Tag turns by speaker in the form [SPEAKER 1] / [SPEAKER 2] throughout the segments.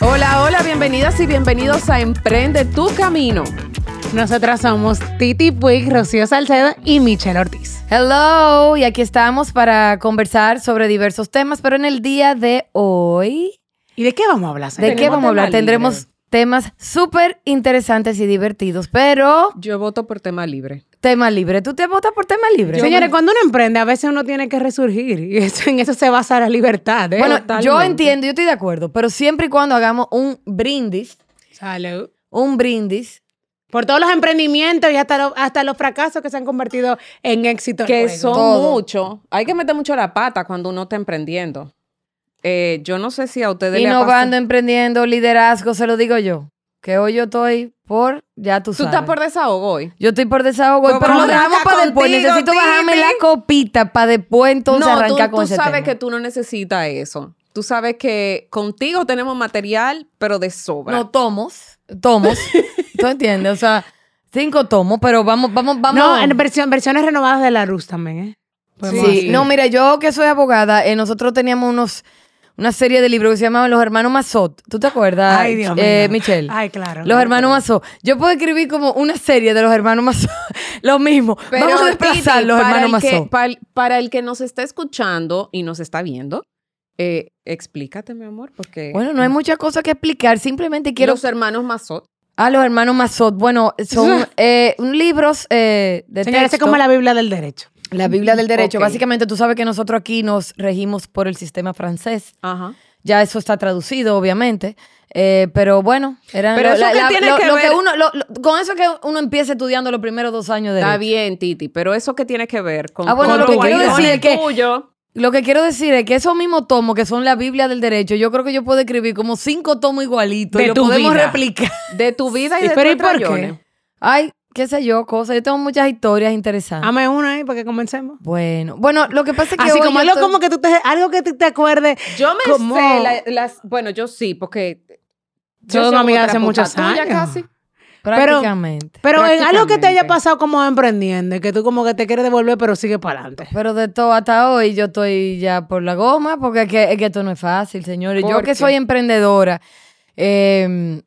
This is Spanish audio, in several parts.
[SPEAKER 1] Hola, hola, bienvenidas y bienvenidos a Emprende tu Camino.
[SPEAKER 2] Nosotras somos Titi Puig, Rocío Salcedo y Michelle Ortiz.
[SPEAKER 3] Hello, y aquí estamos para conversar sobre diversos temas, pero en el día de hoy,
[SPEAKER 2] ¿Y de qué vamos a hablar?
[SPEAKER 3] ¿de
[SPEAKER 2] señora?
[SPEAKER 1] Tenemos
[SPEAKER 3] qué vamos a hablar?
[SPEAKER 1] tema libre.
[SPEAKER 3] Tendremos temas súper interesantes y divertidos, pero
[SPEAKER 1] Yo voto por tema libre.
[SPEAKER 3] tema libre. ¿Tú te votas por tema libre?
[SPEAKER 2] Señores, cuando uno emprende, a veces uno tiene que resurgir y eso- en eso se basa la libertad. ¿eh?
[SPEAKER 3] bueno, yo
[SPEAKER 1] totalmente.
[SPEAKER 3] entiendo, yo estoy de acuerdo, pero siempre y cuando hagamos un brindis,
[SPEAKER 2] Salud.
[SPEAKER 3] un brindis,
[SPEAKER 2] Por todos los emprendimientos y hasta, lo- hasta los fracasos que se han convertido en éxito.
[SPEAKER 1] Que
[SPEAKER 2] luego.
[SPEAKER 1] son
[SPEAKER 3] Todo.
[SPEAKER 1] mucho. Hay que meter mucho la pata cuando uno está emprendiendo. Eh, yo no sé si a ustedes le ha
[SPEAKER 3] innovando,
[SPEAKER 1] pasado-
[SPEAKER 3] emprendiendo, liderazgo, se lo digo yo, que hoy yo estoy por, ya tú
[SPEAKER 1] Tú
[SPEAKER 3] sabes.
[SPEAKER 1] estás por desahogo hoy.
[SPEAKER 3] Yo estoy por desahogo,
[SPEAKER 1] Pues
[SPEAKER 3] pero lo
[SPEAKER 1] vamos a
[SPEAKER 3] dejamos
[SPEAKER 1] arrancar
[SPEAKER 3] para después.
[SPEAKER 1] contigo,
[SPEAKER 3] Necesito bajarme
[SPEAKER 1] Titi.
[SPEAKER 3] la copita para después entonces
[SPEAKER 1] no,
[SPEAKER 3] arrancar
[SPEAKER 1] tú,
[SPEAKER 3] con
[SPEAKER 1] tú
[SPEAKER 3] ese
[SPEAKER 1] sabes
[SPEAKER 3] tema.
[SPEAKER 1] que tú no necesitas eso. Tú sabes que contigo tenemos material, pero de sobra.
[SPEAKER 3] No, tomos, tomos. ¿Tú entiendes? O sea, cinco tomos, pero vamos, vamos, vamos.
[SPEAKER 2] No, en versión- versiones renovadas de la Rus también, ¿eh?
[SPEAKER 3] Sí.
[SPEAKER 2] Podemos hacer.
[SPEAKER 3] No, mira, yo que soy abogada, eh, nosotros teníamos unos, una serie de libros que se llamaban Los Hermanos Mazot. ¿Tú te acuerdas,
[SPEAKER 2] Ay, Dios mío.
[SPEAKER 3] eh, Michelle?
[SPEAKER 2] Ay, claro.
[SPEAKER 3] Los hermanos Mazó. Yo puedo escribir como una serie de los hermanos Mazó. Lo mismo.
[SPEAKER 1] Pero,
[SPEAKER 3] Vamos a
[SPEAKER 1] Titi,
[SPEAKER 3] desplazar los
[SPEAKER 1] para
[SPEAKER 3] hermanos
[SPEAKER 1] el que-
[SPEAKER 3] Mazó.
[SPEAKER 1] pal- para, el que nos está escuchando y nos está viendo, eh, explícate, mi amor, porque
[SPEAKER 3] Bueno, no hay muchas cosas que explicar. Simplemente quiero
[SPEAKER 1] los hermanos Mazot.
[SPEAKER 3] A Ah, los hermanos Mazot. Bueno, son eh, un libros eh, de
[SPEAKER 2] Señores, es
[SPEAKER 3] texto.
[SPEAKER 2] como la Biblia del Derecho.
[SPEAKER 3] La Biblia del Derecho.
[SPEAKER 1] Ok.
[SPEAKER 3] Básicamente, tú sabes que nosotros aquí nos regimos por el sistema francés.
[SPEAKER 1] Ajá.
[SPEAKER 3] Ya eso está traducido, obviamente. Eh, pero bueno, eran
[SPEAKER 1] Pero eso que tiene
[SPEAKER 3] lo-
[SPEAKER 1] que
[SPEAKER 3] lo
[SPEAKER 1] ver-
[SPEAKER 3] uno, lo- lo- con eso que uno empieza estudiando los primeros dos años de
[SPEAKER 1] Está
[SPEAKER 3] derecho.
[SPEAKER 1] bien, Titi, pero eso que tiene que ver con
[SPEAKER 3] Ah, bueno,
[SPEAKER 1] con
[SPEAKER 3] lo que
[SPEAKER 1] tu
[SPEAKER 3] quiero
[SPEAKER 1] guión
[SPEAKER 3] decir es que-
[SPEAKER 1] tuyo.
[SPEAKER 3] Lo que quiero decir es que esos mismos tomos que son la Biblia del Derecho, yo creo que yo puedo escribir como cinco tomos igualitos
[SPEAKER 2] De
[SPEAKER 3] y lo
[SPEAKER 2] tu
[SPEAKER 3] podemos
[SPEAKER 2] vida.
[SPEAKER 3] replicar.
[SPEAKER 1] de tu vida y de
[SPEAKER 2] Pero ¿y
[SPEAKER 1] tus
[SPEAKER 2] por
[SPEAKER 1] trayones.
[SPEAKER 2] qué?
[SPEAKER 3] Ay, qué sé yo, cosas. Yo tengo muchas historias interesantes.
[SPEAKER 2] Ame uno ahí para que comencemos.
[SPEAKER 3] Bueno, bueno, lo que pasa es que
[SPEAKER 2] Así
[SPEAKER 3] hoy
[SPEAKER 2] como
[SPEAKER 3] yo
[SPEAKER 2] algo
[SPEAKER 3] estoy-
[SPEAKER 2] como que tú te, algo que tú te acuerdes.
[SPEAKER 1] Yo me
[SPEAKER 2] ¿Cómo?
[SPEAKER 1] sé la- las, bueno, yo sí, porque
[SPEAKER 2] Yo
[SPEAKER 1] soy
[SPEAKER 2] tengo amigas hace
[SPEAKER 1] terapeuta
[SPEAKER 2] muchos
[SPEAKER 1] tuya
[SPEAKER 2] años.
[SPEAKER 1] casi.
[SPEAKER 2] Pero-
[SPEAKER 3] Prácticamente. Pero,
[SPEAKER 2] Pero en algo que te
[SPEAKER 1] Prácticamente.
[SPEAKER 2] haya pasado como emprendiendo, y que tú como que te quieres devolver, pero sigue para adelante.
[SPEAKER 3] de todo hasta hoy yo estoy ya por la goma porque es que, es que esto no es fácil, señores. Yo
[SPEAKER 1] ¿Por
[SPEAKER 3] que
[SPEAKER 1] qué?
[SPEAKER 3] soy emprendedora, eh,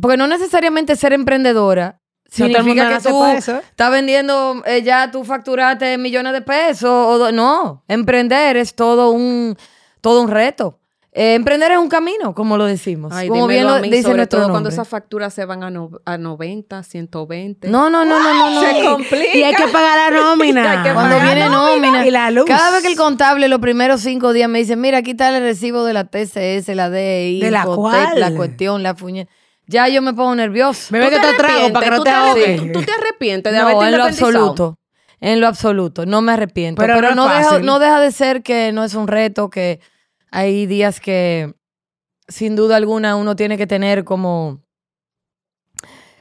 [SPEAKER 3] porque no necesariamente ser emprendedora
[SPEAKER 2] No todo el mundo
[SPEAKER 3] significa que
[SPEAKER 2] nace
[SPEAKER 3] tú
[SPEAKER 2] pa' eso, ¿eh?
[SPEAKER 3] estás vendiendo, eh, ya tú facturaste millones de pesos. o do- no, emprender es todo un, todo un reto. Eh, emprender es un camino, como lo decimos.
[SPEAKER 1] Ay,
[SPEAKER 3] como
[SPEAKER 1] dímelo
[SPEAKER 3] bien lo
[SPEAKER 1] a mí,
[SPEAKER 3] dice
[SPEAKER 1] sobre
[SPEAKER 3] nuestro
[SPEAKER 1] todo cuando
[SPEAKER 3] nombre.
[SPEAKER 1] esas facturas se van a, no- a 90, 120.
[SPEAKER 3] No, no, no, no, no. no.
[SPEAKER 1] Se complica.
[SPEAKER 2] Y hay que pagar la
[SPEAKER 1] Hay que
[SPEAKER 2] nómina.
[SPEAKER 3] Cuando
[SPEAKER 1] pagar
[SPEAKER 3] viene nómina.
[SPEAKER 2] Y la luz.
[SPEAKER 3] Cada vez que el contable los primeros cinco días me dice, mira, aquí está el recibo de la TCS, la DI,
[SPEAKER 2] ¿De la
[SPEAKER 3] Infotep,
[SPEAKER 2] cual?
[SPEAKER 3] la cuestión, la fuñe. Ya yo me pongo nervioso.
[SPEAKER 2] Bebé, que te trago para que no te ahogues.
[SPEAKER 1] ¿Tú, tú te arrepientes de
[SPEAKER 3] No,
[SPEAKER 1] haberte
[SPEAKER 3] en lo
[SPEAKER 1] independizado?
[SPEAKER 3] absoluto. En lo absoluto. No me arrepiento. Pero,
[SPEAKER 2] Pero no
[SPEAKER 3] no,
[SPEAKER 2] es
[SPEAKER 3] deja,
[SPEAKER 2] fácil.
[SPEAKER 3] no deja de ser que no es un reto, que hay días que sin duda alguna uno tiene que tener como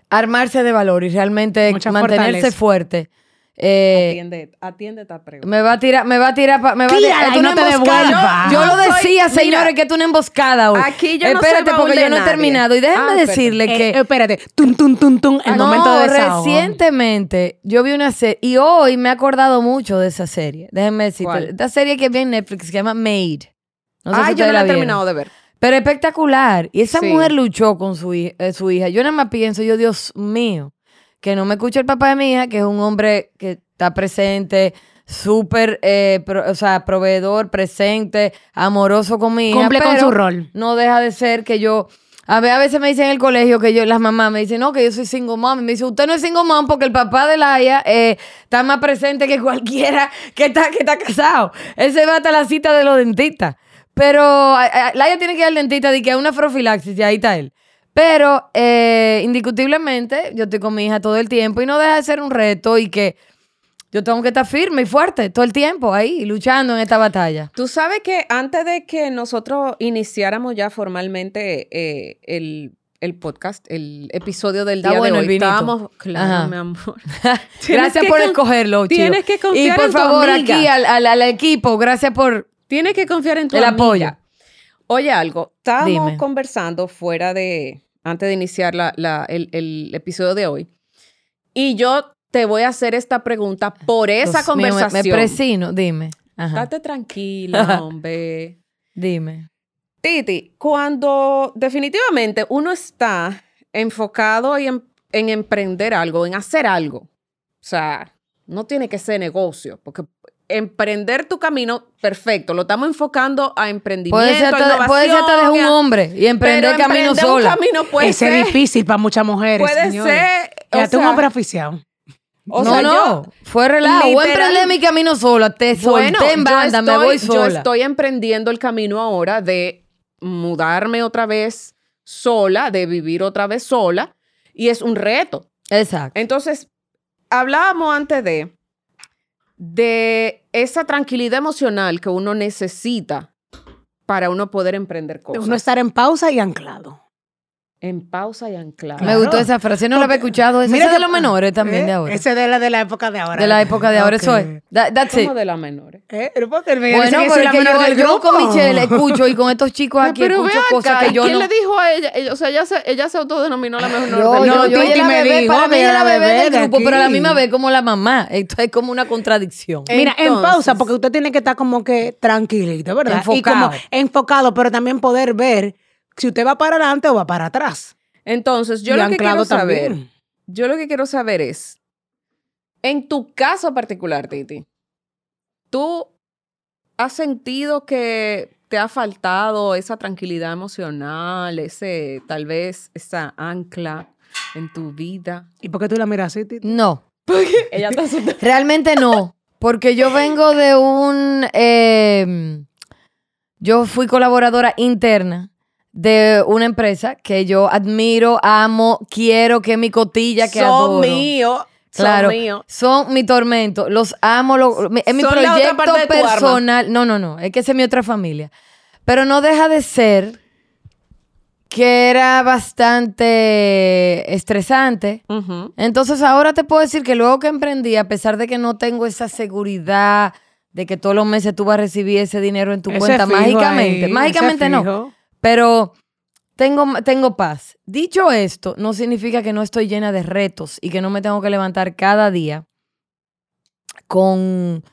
[SPEAKER 3] armarse de valor y realmente
[SPEAKER 2] Mucha
[SPEAKER 3] mantenerse
[SPEAKER 2] fortaleza.
[SPEAKER 3] fuerte. Eh,
[SPEAKER 1] Atiende, atiende esta pregunta.
[SPEAKER 3] me va a tirar, me va a tirar, pa- me va a
[SPEAKER 2] Tírala
[SPEAKER 3] tirar. Es
[SPEAKER 2] y
[SPEAKER 3] una
[SPEAKER 2] no te
[SPEAKER 3] emboscada.
[SPEAKER 2] devuelvas.
[SPEAKER 3] Yo, yo lo
[SPEAKER 1] Yo soy-
[SPEAKER 3] decía,
[SPEAKER 1] mira,
[SPEAKER 3] señores, que esto es una emboscada hoy.
[SPEAKER 1] aquí yo no soy
[SPEAKER 3] Espérate,
[SPEAKER 1] baúl
[SPEAKER 3] porque
[SPEAKER 1] de
[SPEAKER 3] yo no he
[SPEAKER 1] nadie.
[SPEAKER 3] terminado. Y déjame
[SPEAKER 1] Ah,
[SPEAKER 3] decirle
[SPEAKER 2] Eh,
[SPEAKER 3] que
[SPEAKER 2] eh, espérate, tum, tum, tum, tum, el
[SPEAKER 3] Ah, no,
[SPEAKER 2] momento de desahogo.
[SPEAKER 3] recientemente yo vi una serie y hoy me he acordado mucho de esa serie. Déjenme decirte,
[SPEAKER 1] ¿Cuál?
[SPEAKER 3] esta serie que vi en Netflix se llama Made. No sé
[SPEAKER 1] ah,
[SPEAKER 3] si
[SPEAKER 1] yo
[SPEAKER 3] ustedes
[SPEAKER 1] no la he
[SPEAKER 3] vieron.
[SPEAKER 1] terminado de ver.
[SPEAKER 3] Pero espectacular. Y esa
[SPEAKER 1] Sí.
[SPEAKER 3] mujer luchó con su, hi- eh, su hija. Yo nada más pienso, yo, Dios mío, que no me escucha el papá de mi hija, que es un hombre que está presente, súper, eh, pro- o sea, proveedor, presente, amoroso con mi hija.
[SPEAKER 2] Cumple con
[SPEAKER 3] pero
[SPEAKER 2] su rol.
[SPEAKER 3] No deja de ser que yo. A ve- a veces me dicen en el colegio que yo, las mamás me dicen, no, que yo soy single mom. Y me dicen, usted no es single mom porque el papá de Laia eh, está más presente que cualquiera que está, que está casado. Él se va hasta la cita de los dentistas. Pero a- a- Laia tiene que ir al dentista de que hay una profilaxis y ahí está él. Pero eh, indiscutiblemente yo estoy con mi hija todo el tiempo y no deja de ser un reto y que yo tengo que estar firme y fuerte todo el tiempo ahí, luchando en esta batalla.
[SPEAKER 1] Tú sabes que antes de que nosotros iniciáramos ya formalmente eh, el, el podcast, el episodio del
[SPEAKER 3] Está
[SPEAKER 1] día
[SPEAKER 3] bueno
[SPEAKER 1] de
[SPEAKER 3] el
[SPEAKER 1] hoy,
[SPEAKER 3] vinito.
[SPEAKER 1] estábamos, claro,
[SPEAKER 3] Ajá.
[SPEAKER 1] mi amor. Tienes
[SPEAKER 3] gracias
[SPEAKER 1] que
[SPEAKER 3] por
[SPEAKER 1] con-
[SPEAKER 3] escogerlo, chico.
[SPEAKER 1] tienes que confiar
[SPEAKER 3] Y por
[SPEAKER 1] en tu
[SPEAKER 3] favor,
[SPEAKER 1] amiga.
[SPEAKER 3] aquí al, al- al equipo, gracias por...
[SPEAKER 1] Tienes que confiar en tu
[SPEAKER 3] El
[SPEAKER 1] amiga.
[SPEAKER 3] apoyo.
[SPEAKER 1] Oye, algo. Estábamos
[SPEAKER 3] Dime.
[SPEAKER 1] conversando fuera de. Antes de iniciar la- la- el, el episodio de hoy. Y yo te voy a hacer esta pregunta por esa
[SPEAKER 3] Dios mío, me-
[SPEAKER 1] conversación.
[SPEAKER 3] me, presino, dime. Ajá,
[SPEAKER 1] Date tranquila, hombre.
[SPEAKER 3] dime.
[SPEAKER 1] Titi, cuando definitivamente uno está enfocado y en, en emprender algo, en hacer algo, o sea, no tiene que ser negocio, porque emprender tu camino, perfecto, lo estamos enfocando a emprendimiento,
[SPEAKER 3] Puede ser, hasta,
[SPEAKER 1] a
[SPEAKER 3] puede ser hasta de un
[SPEAKER 1] innovación,
[SPEAKER 3] hombre y emprender
[SPEAKER 1] pero
[SPEAKER 3] camino
[SPEAKER 1] emprender un
[SPEAKER 3] sola.
[SPEAKER 1] camino puede
[SPEAKER 2] Ese
[SPEAKER 1] ser,
[SPEAKER 2] es difícil para muchas mujeres.
[SPEAKER 1] puede
[SPEAKER 2] señores.
[SPEAKER 1] ser, o
[SPEAKER 2] Ya tú un
[SPEAKER 1] sea,
[SPEAKER 2] hombre oficiado.
[SPEAKER 1] o
[SPEAKER 3] no,
[SPEAKER 1] sea,
[SPEAKER 3] no,
[SPEAKER 1] yo-
[SPEAKER 3] fue relajo. Voy a
[SPEAKER 1] literal-
[SPEAKER 3] emprender mi camino sola, te
[SPEAKER 1] Bueno,
[SPEAKER 3] solté en
[SPEAKER 1] yo
[SPEAKER 3] banda, me
[SPEAKER 1] estoy-
[SPEAKER 3] voy sola.
[SPEAKER 1] Yo estoy emprendiendo el camino ahora de mudarme otra vez sola, de vivir otra vez sola, y es un reto.
[SPEAKER 3] Exacto.
[SPEAKER 1] Entonces, hablábamos antes de, de esa tranquilidad emocional que uno necesita para uno poder emprender cosas.
[SPEAKER 2] Uno estar en pausa y anclado.
[SPEAKER 1] En pausa y anclado.
[SPEAKER 3] Me
[SPEAKER 2] Claro.
[SPEAKER 3] gustó esa frase, no la había escuchado. Esa
[SPEAKER 2] Mira
[SPEAKER 3] es de
[SPEAKER 2] que-
[SPEAKER 3] los menores también
[SPEAKER 2] ¿Eh?
[SPEAKER 3] de ahora.
[SPEAKER 2] Ese de la de la época de ahora.
[SPEAKER 3] de la época de ahora,
[SPEAKER 2] Ok.
[SPEAKER 3] eso es. That- that's it.
[SPEAKER 1] Como de las menores.
[SPEAKER 2] ¿Eh? Pero porque el medio dice
[SPEAKER 3] Bueno,
[SPEAKER 2] que soy
[SPEAKER 3] pero
[SPEAKER 2] la
[SPEAKER 3] es que
[SPEAKER 2] menor
[SPEAKER 3] yo,
[SPEAKER 2] del
[SPEAKER 3] yo con
[SPEAKER 2] grupo.
[SPEAKER 3] Michelle escucho y con estos chicos aquí escucho
[SPEAKER 1] vean
[SPEAKER 3] cosas que yo
[SPEAKER 1] ¿quién
[SPEAKER 3] no...
[SPEAKER 1] le dijo a ella? Ella- O sea, ella se, ella se autodenominó la mejor
[SPEAKER 3] Yo,
[SPEAKER 1] del
[SPEAKER 3] yo,
[SPEAKER 2] No,
[SPEAKER 3] yo,
[SPEAKER 1] mundo.
[SPEAKER 3] ella
[SPEAKER 2] Titi
[SPEAKER 3] la
[SPEAKER 2] me
[SPEAKER 3] bebé,
[SPEAKER 2] dijo
[SPEAKER 3] para mí
[SPEAKER 2] que
[SPEAKER 3] ella
[SPEAKER 2] era
[SPEAKER 3] la
[SPEAKER 2] la
[SPEAKER 3] bebé
[SPEAKER 2] bebé
[SPEAKER 3] del
[SPEAKER 2] de
[SPEAKER 3] grupo, pero a la
[SPEAKER 2] aquí.
[SPEAKER 3] misma vez como la mamá. Esto es como una contradicción.
[SPEAKER 1] Eh,
[SPEAKER 2] Mira, en
[SPEAKER 1] Entonces-
[SPEAKER 2] pausa, porque usted tiene que estar como que tranquilito, ¿verdad? Y
[SPEAKER 3] Enfocado.
[SPEAKER 2] como enfocado, pero también poder ver si usted va para adelante o va para atrás.
[SPEAKER 1] Entonces, yo
[SPEAKER 2] Y
[SPEAKER 1] lo que quiero
[SPEAKER 2] anclado
[SPEAKER 1] saber,
[SPEAKER 2] también.
[SPEAKER 1] yo lo que quiero saber es, en tu caso particular, Titi, ¿tú has sentido que te ha faltado esa tranquilidad emocional, ese, tal vez, esa ancla en tu vida?
[SPEAKER 2] ¿Y por qué tú la miras así, Titi?
[SPEAKER 3] No,
[SPEAKER 1] Ella te asustó.
[SPEAKER 3] realmente no. Porque yo vengo de un... eh, yo fui colaboradora interna de una empresa que yo admiro, amo, quiero, que es mi cotilla, que adoro.
[SPEAKER 1] Son mío,
[SPEAKER 3] Claro.
[SPEAKER 1] son mío.
[SPEAKER 3] Son mi tormento, los amo, lo- mi- es mi
[SPEAKER 1] Son la otra
[SPEAKER 3] proyecto
[SPEAKER 1] parte de tu arma.
[SPEAKER 3] personal. No, no, no, es que esa es mi otra familia. Pero no deja de ser que era bastante estresante.
[SPEAKER 1] Ujú.
[SPEAKER 3] Entonces ahora te puedo decir que luego que emprendí, a pesar de que no tengo esa seguridad de que todos los meses tú vas a recibir ese dinero en tu
[SPEAKER 2] Ese
[SPEAKER 3] cuenta
[SPEAKER 2] fijo
[SPEAKER 3] mágicamente,
[SPEAKER 2] ahí,
[SPEAKER 3] mágicamente
[SPEAKER 2] ese
[SPEAKER 3] no,
[SPEAKER 2] fijo.
[SPEAKER 3] pero tengo, tengo paz. Dicho esto, no significa que no estoy llena de retos y que no me tengo que levantar cada día con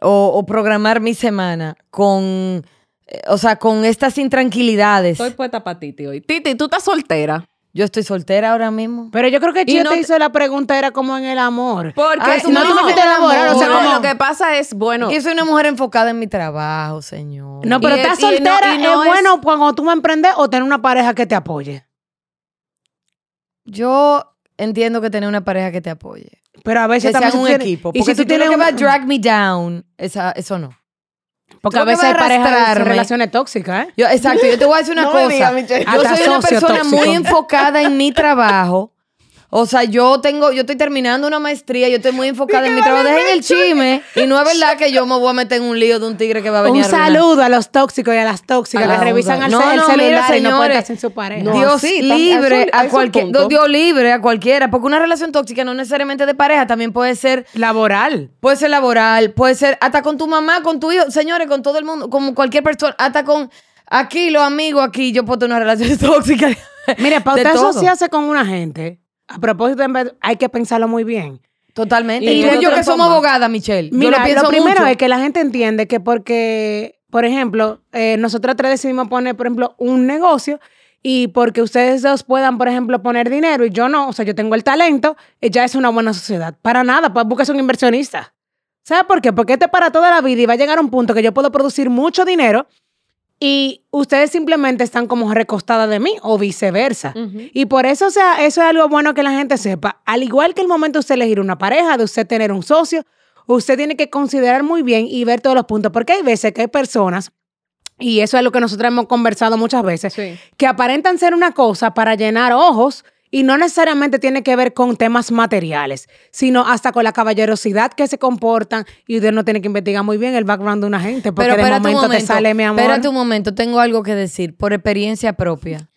[SPEAKER 3] o, o programar mi semana con eh, o sea, con estas intranquilidades.
[SPEAKER 1] Estoy puesta para Titi hoy. Titi, tú estás soltera.
[SPEAKER 3] Yo estoy soltera ahora mismo.
[SPEAKER 2] Pero yo creo que Chio
[SPEAKER 1] no te-
[SPEAKER 2] te hizo la pregunta, era como en el amor.
[SPEAKER 1] Porque
[SPEAKER 3] Ah,
[SPEAKER 2] no te fuiste a elaborar, o sea,
[SPEAKER 1] no,
[SPEAKER 2] como-
[SPEAKER 1] lo que pasa es, bueno,
[SPEAKER 3] Yo soy una mujer enfocada en mi trabajo, señor.
[SPEAKER 2] No, pero
[SPEAKER 1] Y es-
[SPEAKER 2] estás
[SPEAKER 1] y no-
[SPEAKER 2] soltera,
[SPEAKER 1] y no
[SPEAKER 2] es,
[SPEAKER 1] es-
[SPEAKER 2] bueno cuando tú vas a emprender o tener una pareja que te apoye.
[SPEAKER 3] Yo entiendo que tener una pareja que te apoye.
[SPEAKER 2] Pero a
[SPEAKER 3] Que
[SPEAKER 2] veces
[SPEAKER 3] sean
[SPEAKER 2] también tú
[SPEAKER 3] un
[SPEAKER 2] tienes-
[SPEAKER 3] equipo.
[SPEAKER 2] Y si tú tienes
[SPEAKER 3] que
[SPEAKER 2] un-
[SPEAKER 3] va a drag me down, esa, eso no.
[SPEAKER 2] Porque a
[SPEAKER 3] tú lo que
[SPEAKER 2] veces hay
[SPEAKER 3] vas a
[SPEAKER 2] parejas
[SPEAKER 3] arrastrarme.
[SPEAKER 2] de relaciones tóxicas, ¿eh?
[SPEAKER 3] Yo, exacto, yo te voy a decir una
[SPEAKER 1] No me
[SPEAKER 3] cosa.
[SPEAKER 1] digas, Michelle.
[SPEAKER 3] yo
[SPEAKER 2] Hasta
[SPEAKER 3] soy una
[SPEAKER 2] socio
[SPEAKER 3] persona
[SPEAKER 2] tóxico.
[SPEAKER 3] muy enfocada en mi trabajo. O sea, yo tengo, yo estoy terminando una maestría, yo estoy muy enfocada en mi trabajo. Dejen el chisme. Y no es verdad que yo me voy a meter en un lío de un tigre que va a venir
[SPEAKER 2] Un
[SPEAKER 3] a arruinar.
[SPEAKER 2] saludo a los tóxicos y a las tóxicas
[SPEAKER 3] A
[SPEAKER 2] que
[SPEAKER 3] la
[SPEAKER 2] revisan
[SPEAKER 3] onda.
[SPEAKER 2] al
[SPEAKER 3] No,
[SPEAKER 2] ce- el
[SPEAKER 3] no, mira,
[SPEAKER 2] celular y no
[SPEAKER 3] señores.
[SPEAKER 2] cuentan sin su pareja.
[SPEAKER 1] No,
[SPEAKER 3] Dios
[SPEAKER 1] sí, tam- a
[SPEAKER 3] libre
[SPEAKER 1] eso- a
[SPEAKER 3] a,
[SPEAKER 1] eso
[SPEAKER 3] cualquier,
[SPEAKER 1] punto.
[SPEAKER 3] Dios libre a cualquiera, porque una relación tóxica no necesariamente de pareja, también puede ser,
[SPEAKER 2] Laboral.
[SPEAKER 3] puede ser laboral, puede ser hasta con tu mamá, con tu hijo, señores, con todo el mundo, con cualquier persona, hasta con aquí los amigos aquí, yo puedo tener una relación tóxica.
[SPEAKER 2] Mire, para
[SPEAKER 3] De
[SPEAKER 2] usted
[SPEAKER 3] todo.
[SPEAKER 2] asociarse con una gente, a propósito, en vez- hay que pensarlo muy bien.
[SPEAKER 3] Totalmente.
[SPEAKER 1] Y
[SPEAKER 3] Y,
[SPEAKER 1] de
[SPEAKER 3] yo
[SPEAKER 1] otra
[SPEAKER 3] que somos
[SPEAKER 1] forma.
[SPEAKER 3] abogadas, Michelle. yo
[SPEAKER 2] Mira,
[SPEAKER 3] lo
[SPEAKER 2] lo,
[SPEAKER 3] pienso
[SPEAKER 2] primero
[SPEAKER 3] mucho.
[SPEAKER 2] es que la gente entiende que porque, por ejemplo, eh, nosotras tres decidimos poner, por ejemplo, un negocio y porque ustedes dos puedan, por ejemplo, poner dinero y yo no, o sea, yo tengo el talento, eh, ya es una buena sociedad. Para nada, pues buscas un inversionista. ¿Sabes por qué? Porque este es para toda la vida y va a llegar un punto que yo puedo producir mucho dinero y ustedes simplemente están como recostadas de mí o viceversa.
[SPEAKER 1] Ujú.
[SPEAKER 2] Y por eso, o sea, eso es algo bueno que la gente sepa. Al igual que el momento de usted elegir una pareja, de usted tener un socio, usted tiene que considerar muy bien y ver todos los puntos, porque hay veces que hay personas, y eso es lo que nosotros hemos conversado muchas veces,
[SPEAKER 1] Sí.
[SPEAKER 2] que aparentan ser una cosa para llenar ojos y no necesariamente tiene que ver con temas materiales, sino hasta con la caballerosidad que se comportan y usted no tiene que investigar muy bien el background de una gente, porque
[SPEAKER 3] Pero
[SPEAKER 2] de
[SPEAKER 3] espérate un
[SPEAKER 2] momento,
[SPEAKER 3] momento.
[SPEAKER 2] te sale mi amor.
[SPEAKER 3] Espérate un momento, tengo algo que decir por experiencia propia.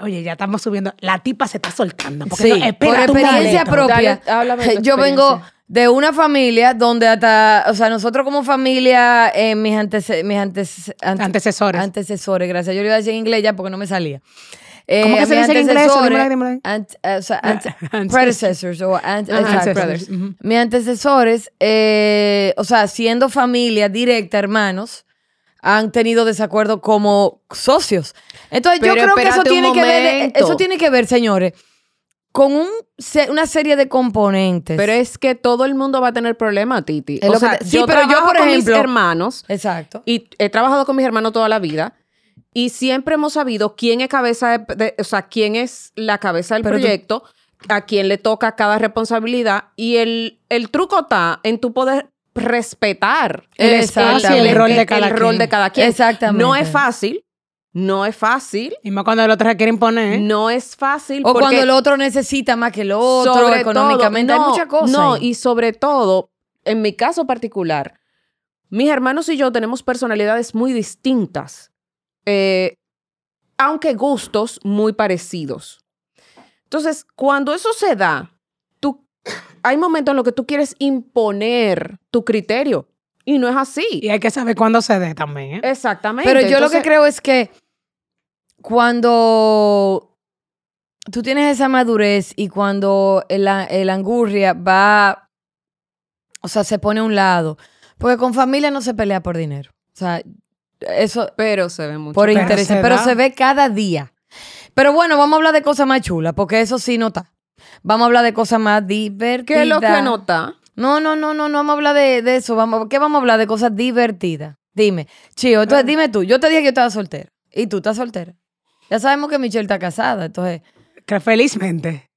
[SPEAKER 2] Oye, ya estamos subiendo. La tipa se está soltando. Porque
[SPEAKER 3] Sí,
[SPEAKER 2] no-
[SPEAKER 3] por
[SPEAKER 2] espérate un
[SPEAKER 3] experiencia
[SPEAKER 2] momento.
[SPEAKER 3] propia.
[SPEAKER 1] Dale, háblame de tu
[SPEAKER 3] yo vengo
[SPEAKER 1] experiencia.
[SPEAKER 3] de una familia donde hasta, o sea, nosotros como familia, eh, mis, antece- mis antece- ante-
[SPEAKER 2] Antecesores.
[SPEAKER 3] antecesores, gracias. Yo lo iba a decir en inglés ya porque no me salía. eh,
[SPEAKER 2] ¿Cómo que se
[SPEAKER 3] mis
[SPEAKER 2] dice en inglés eso? Dímelo,
[SPEAKER 3] antecesores,
[SPEAKER 2] dímelo.
[SPEAKER 3] ant- eh, o sea, ant-
[SPEAKER 2] Ancestors.
[SPEAKER 3] predecessors o ant-
[SPEAKER 2] Ajá,
[SPEAKER 3] exacto.
[SPEAKER 2] ancestors, ujú.
[SPEAKER 3] Mis antecesores, eh, o sea, siendo familia directa, hermanos, han tenido desacuerdo como socios. Entonces
[SPEAKER 1] Pero
[SPEAKER 3] yo creo que eso
[SPEAKER 1] espérate un
[SPEAKER 3] tiene que ver,
[SPEAKER 1] momento.
[SPEAKER 3] eso tiene que ver, señores, con un se- una serie de componentes.
[SPEAKER 1] Pero es que todo el mundo va a tener problemas, Titi.
[SPEAKER 3] Es
[SPEAKER 1] o
[SPEAKER 3] lo que
[SPEAKER 1] sea,
[SPEAKER 3] te- sí,
[SPEAKER 1] yo
[SPEAKER 3] pero yo,
[SPEAKER 1] trabajo
[SPEAKER 3] por
[SPEAKER 1] con
[SPEAKER 3] ejemplo-
[SPEAKER 1] mis hermanos
[SPEAKER 3] exacto.
[SPEAKER 1] y he trabajado con mis hermanos toda la vida y siempre hemos sabido quién es cabeza de, de- o sea, quién es la cabeza del
[SPEAKER 3] Pero tú-
[SPEAKER 1] proyecto, a quién le toca cada responsabilidad y el, el truco está en tu poder respetar el
[SPEAKER 3] Exactamente.
[SPEAKER 1] espacio,
[SPEAKER 3] Ah, sí, el rol
[SPEAKER 2] de cada
[SPEAKER 1] el rol
[SPEAKER 2] quien.
[SPEAKER 1] de cada quien.
[SPEAKER 3] Exactamente.
[SPEAKER 1] No es fácil, no es fácil,
[SPEAKER 2] Y más cuando el otro se quiere imponer, ¿eh?
[SPEAKER 1] no es fácil
[SPEAKER 3] O
[SPEAKER 1] porque
[SPEAKER 3] cuando el otro necesita más que el otro,
[SPEAKER 1] sobre
[SPEAKER 3] económicamente.
[SPEAKER 1] todo,
[SPEAKER 3] Hay
[SPEAKER 1] no,
[SPEAKER 3] muchas cosas.
[SPEAKER 1] No,
[SPEAKER 3] ahí.
[SPEAKER 1] y sobre todo, en mi caso particular, mis hermanos y yo tenemos personalidades muy distintas, eh, aunque gustos muy parecidos. Entonces, cuando eso se da, tú, hay momentos en los que tú quieres imponer tu criterio y no es
[SPEAKER 2] Y
[SPEAKER 1] así.
[SPEAKER 2] hay que saber cuándo se dé también, ¿eh?
[SPEAKER 1] Exactamente.
[SPEAKER 3] Pero yo lo
[SPEAKER 1] Entonces,
[SPEAKER 3] que creo es que cuando tú tienes esa madurez y cuando el, a- el angurria va, o sea, se pone a un lado, porque con familia no se pelea por dinero. O sea, eso,
[SPEAKER 1] Pero se ve mucho.
[SPEAKER 3] por
[SPEAKER 2] Pero
[SPEAKER 3] interés,
[SPEAKER 2] se
[SPEAKER 3] pero
[SPEAKER 2] da.
[SPEAKER 3] se ve cada día. Pero bueno, vamos a hablar de cosas más chulas, porque eso sí no está. Vamos a hablar de cosas más divertidas.
[SPEAKER 1] ¿Qué es lo que nota?
[SPEAKER 3] No, no, no, no, no vamos a hablar de, de eso. Vamos, ¿Qué vamos a hablar? De cosas divertidas. Dime, Chío, entonces dime tú. Yo te dije que yo estaba soltera. Y tú estás soltera. Ya sabemos que Michelle está casada, entonces.
[SPEAKER 2] Que felizmente.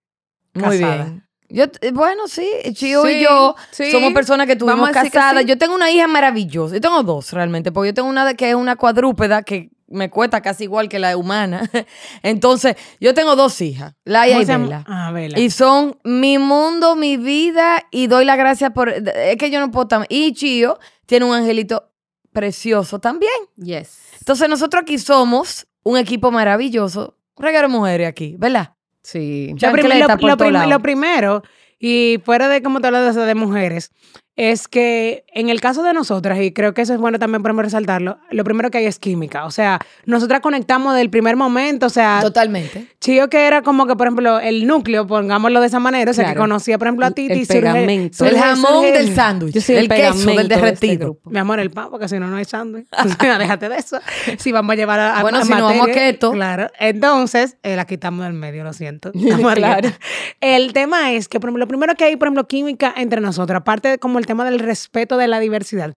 [SPEAKER 3] Muy
[SPEAKER 2] Casada.
[SPEAKER 3] bien. Yo, t- bueno, sí, Chío y
[SPEAKER 1] Sí,
[SPEAKER 3] yo
[SPEAKER 1] sí.
[SPEAKER 3] somos personas que tuvimos
[SPEAKER 1] Vamos a decir que
[SPEAKER 3] casadas.
[SPEAKER 1] sí.
[SPEAKER 3] Yo tengo una hija maravillosa. Yo tengo dos realmente, porque yo tengo una de- que es una cuadrúpeda que me cuesta casi igual que la humana. Entonces, yo tengo dos hijas, Laia
[SPEAKER 2] ¿Cómo
[SPEAKER 3] y
[SPEAKER 2] se llama?
[SPEAKER 3] Bella.
[SPEAKER 2] Ah, Vela.
[SPEAKER 3] Y son mi mundo, mi vida, y doy las gracias por. Es que yo no puedo tan. Y Chio tiene un angelito precioso también.
[SPEAKER 1] Yes.
[SPEAKER 3] Entonces, nosotros aquí somos un equipo maravilloso. Un Reguero de mujeres aquí, ¿verdad?
[SPEAKER 1] Sí.
[SPEAKER 2] Lo, prim-
[SPEAKER 3] chancleta
[SPEAKER 2] lo-
[SPEAKER 3] por
[SPEAKER 2] lo
[SPEAKER 3] todo
[SPEAKER 2] prim-
[SPEAKER 3] lado.
[SPEAKER 2] lo primero, y fuera de cómo te hablas de, eso de mujeres, es que en el caso de nosotras, y creo que eso es bueno también para resaltarlo, lo primero que hay es química. O sea, nosotras conectamos del primer momento, o sea,
[SPEAKER 3] Totalmente.
[SPEAKER 2] Chío que era como que, por ejemplo, el núcleo, pongámoslo de esa manera, o sea, que
[SPEAKER 1] Claro.
[SPEAKER 2] conocía, por ejemplo, a
[SPEAKER 1] El-
[SPEAKER 2] Titi.
[SPEAKER 1] el
[SPEAKER 2] y surge-
[SPEAKER 1] pegamento.
[SPEAKER 2] surge-
[SPEAKER 3] el jamón
[SPEAKER 2] surge-
[SPEAKER 3] del sándwich, el, queso del
[SPEAKER 2] este
[SPEAKER 3] derretido.
[SPEAKER 2] Mi amor, el pan, porque si no, no hay sándwich. O sea, déjate de eso. Si vamos a llevar a. a-
[SPEAKER 3] Bueno,
[SPEAKER 2] a
[SPEAKER 3] si no vamos a
[SPEAKER 2] materia,
[SPEAKER 3] keto.
[SPEAKER 2] Claro. Entonces, eh, la quitamos del medio, lo siento. Vamos a
[SPEAKER 1] Claro.
[SPEAKER 2] dieta. El tema es que, por ejemplo, lo primero que hay, por ejemplo, química entre nosotros, aparte de como el tema del respeto de la diversidad.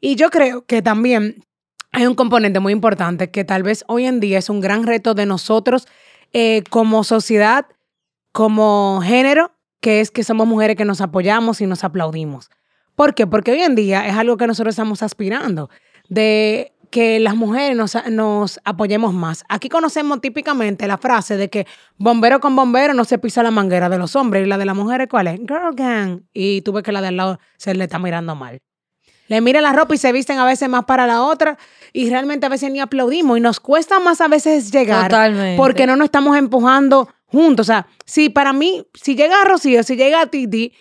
[SPEAKER 2] Y yo creo que también hay un componente muy importante que tal vez hoy en día es un gran reto de nosotros eh, como sociedad, como género, que es que somos mujeres que nos apoyamos y nos aplaudimos. ¿Por qué? Porque hoy en día es algo que nosotros estamos aspirando, de que las mujeres nos, nos apoyemos más. Aquí conocemos típicamente la frase de que bombero con bombero no se pisa la manguera de los hombres y la de las mujeres, ¿cuál es? Girl gang. Y tú ves que la del lado se le está mirando mal. Le mira la ropa y se visten a veces más para la otra y realmente a veces ni aplaudimos y nos cuesta más a veces llegar
[SPEAKER 3] Totalmente.
[SPEAKER 2] porque no nos estamos empujando juntos. O sea, si para mí, si llega Rocío, si llega Titi,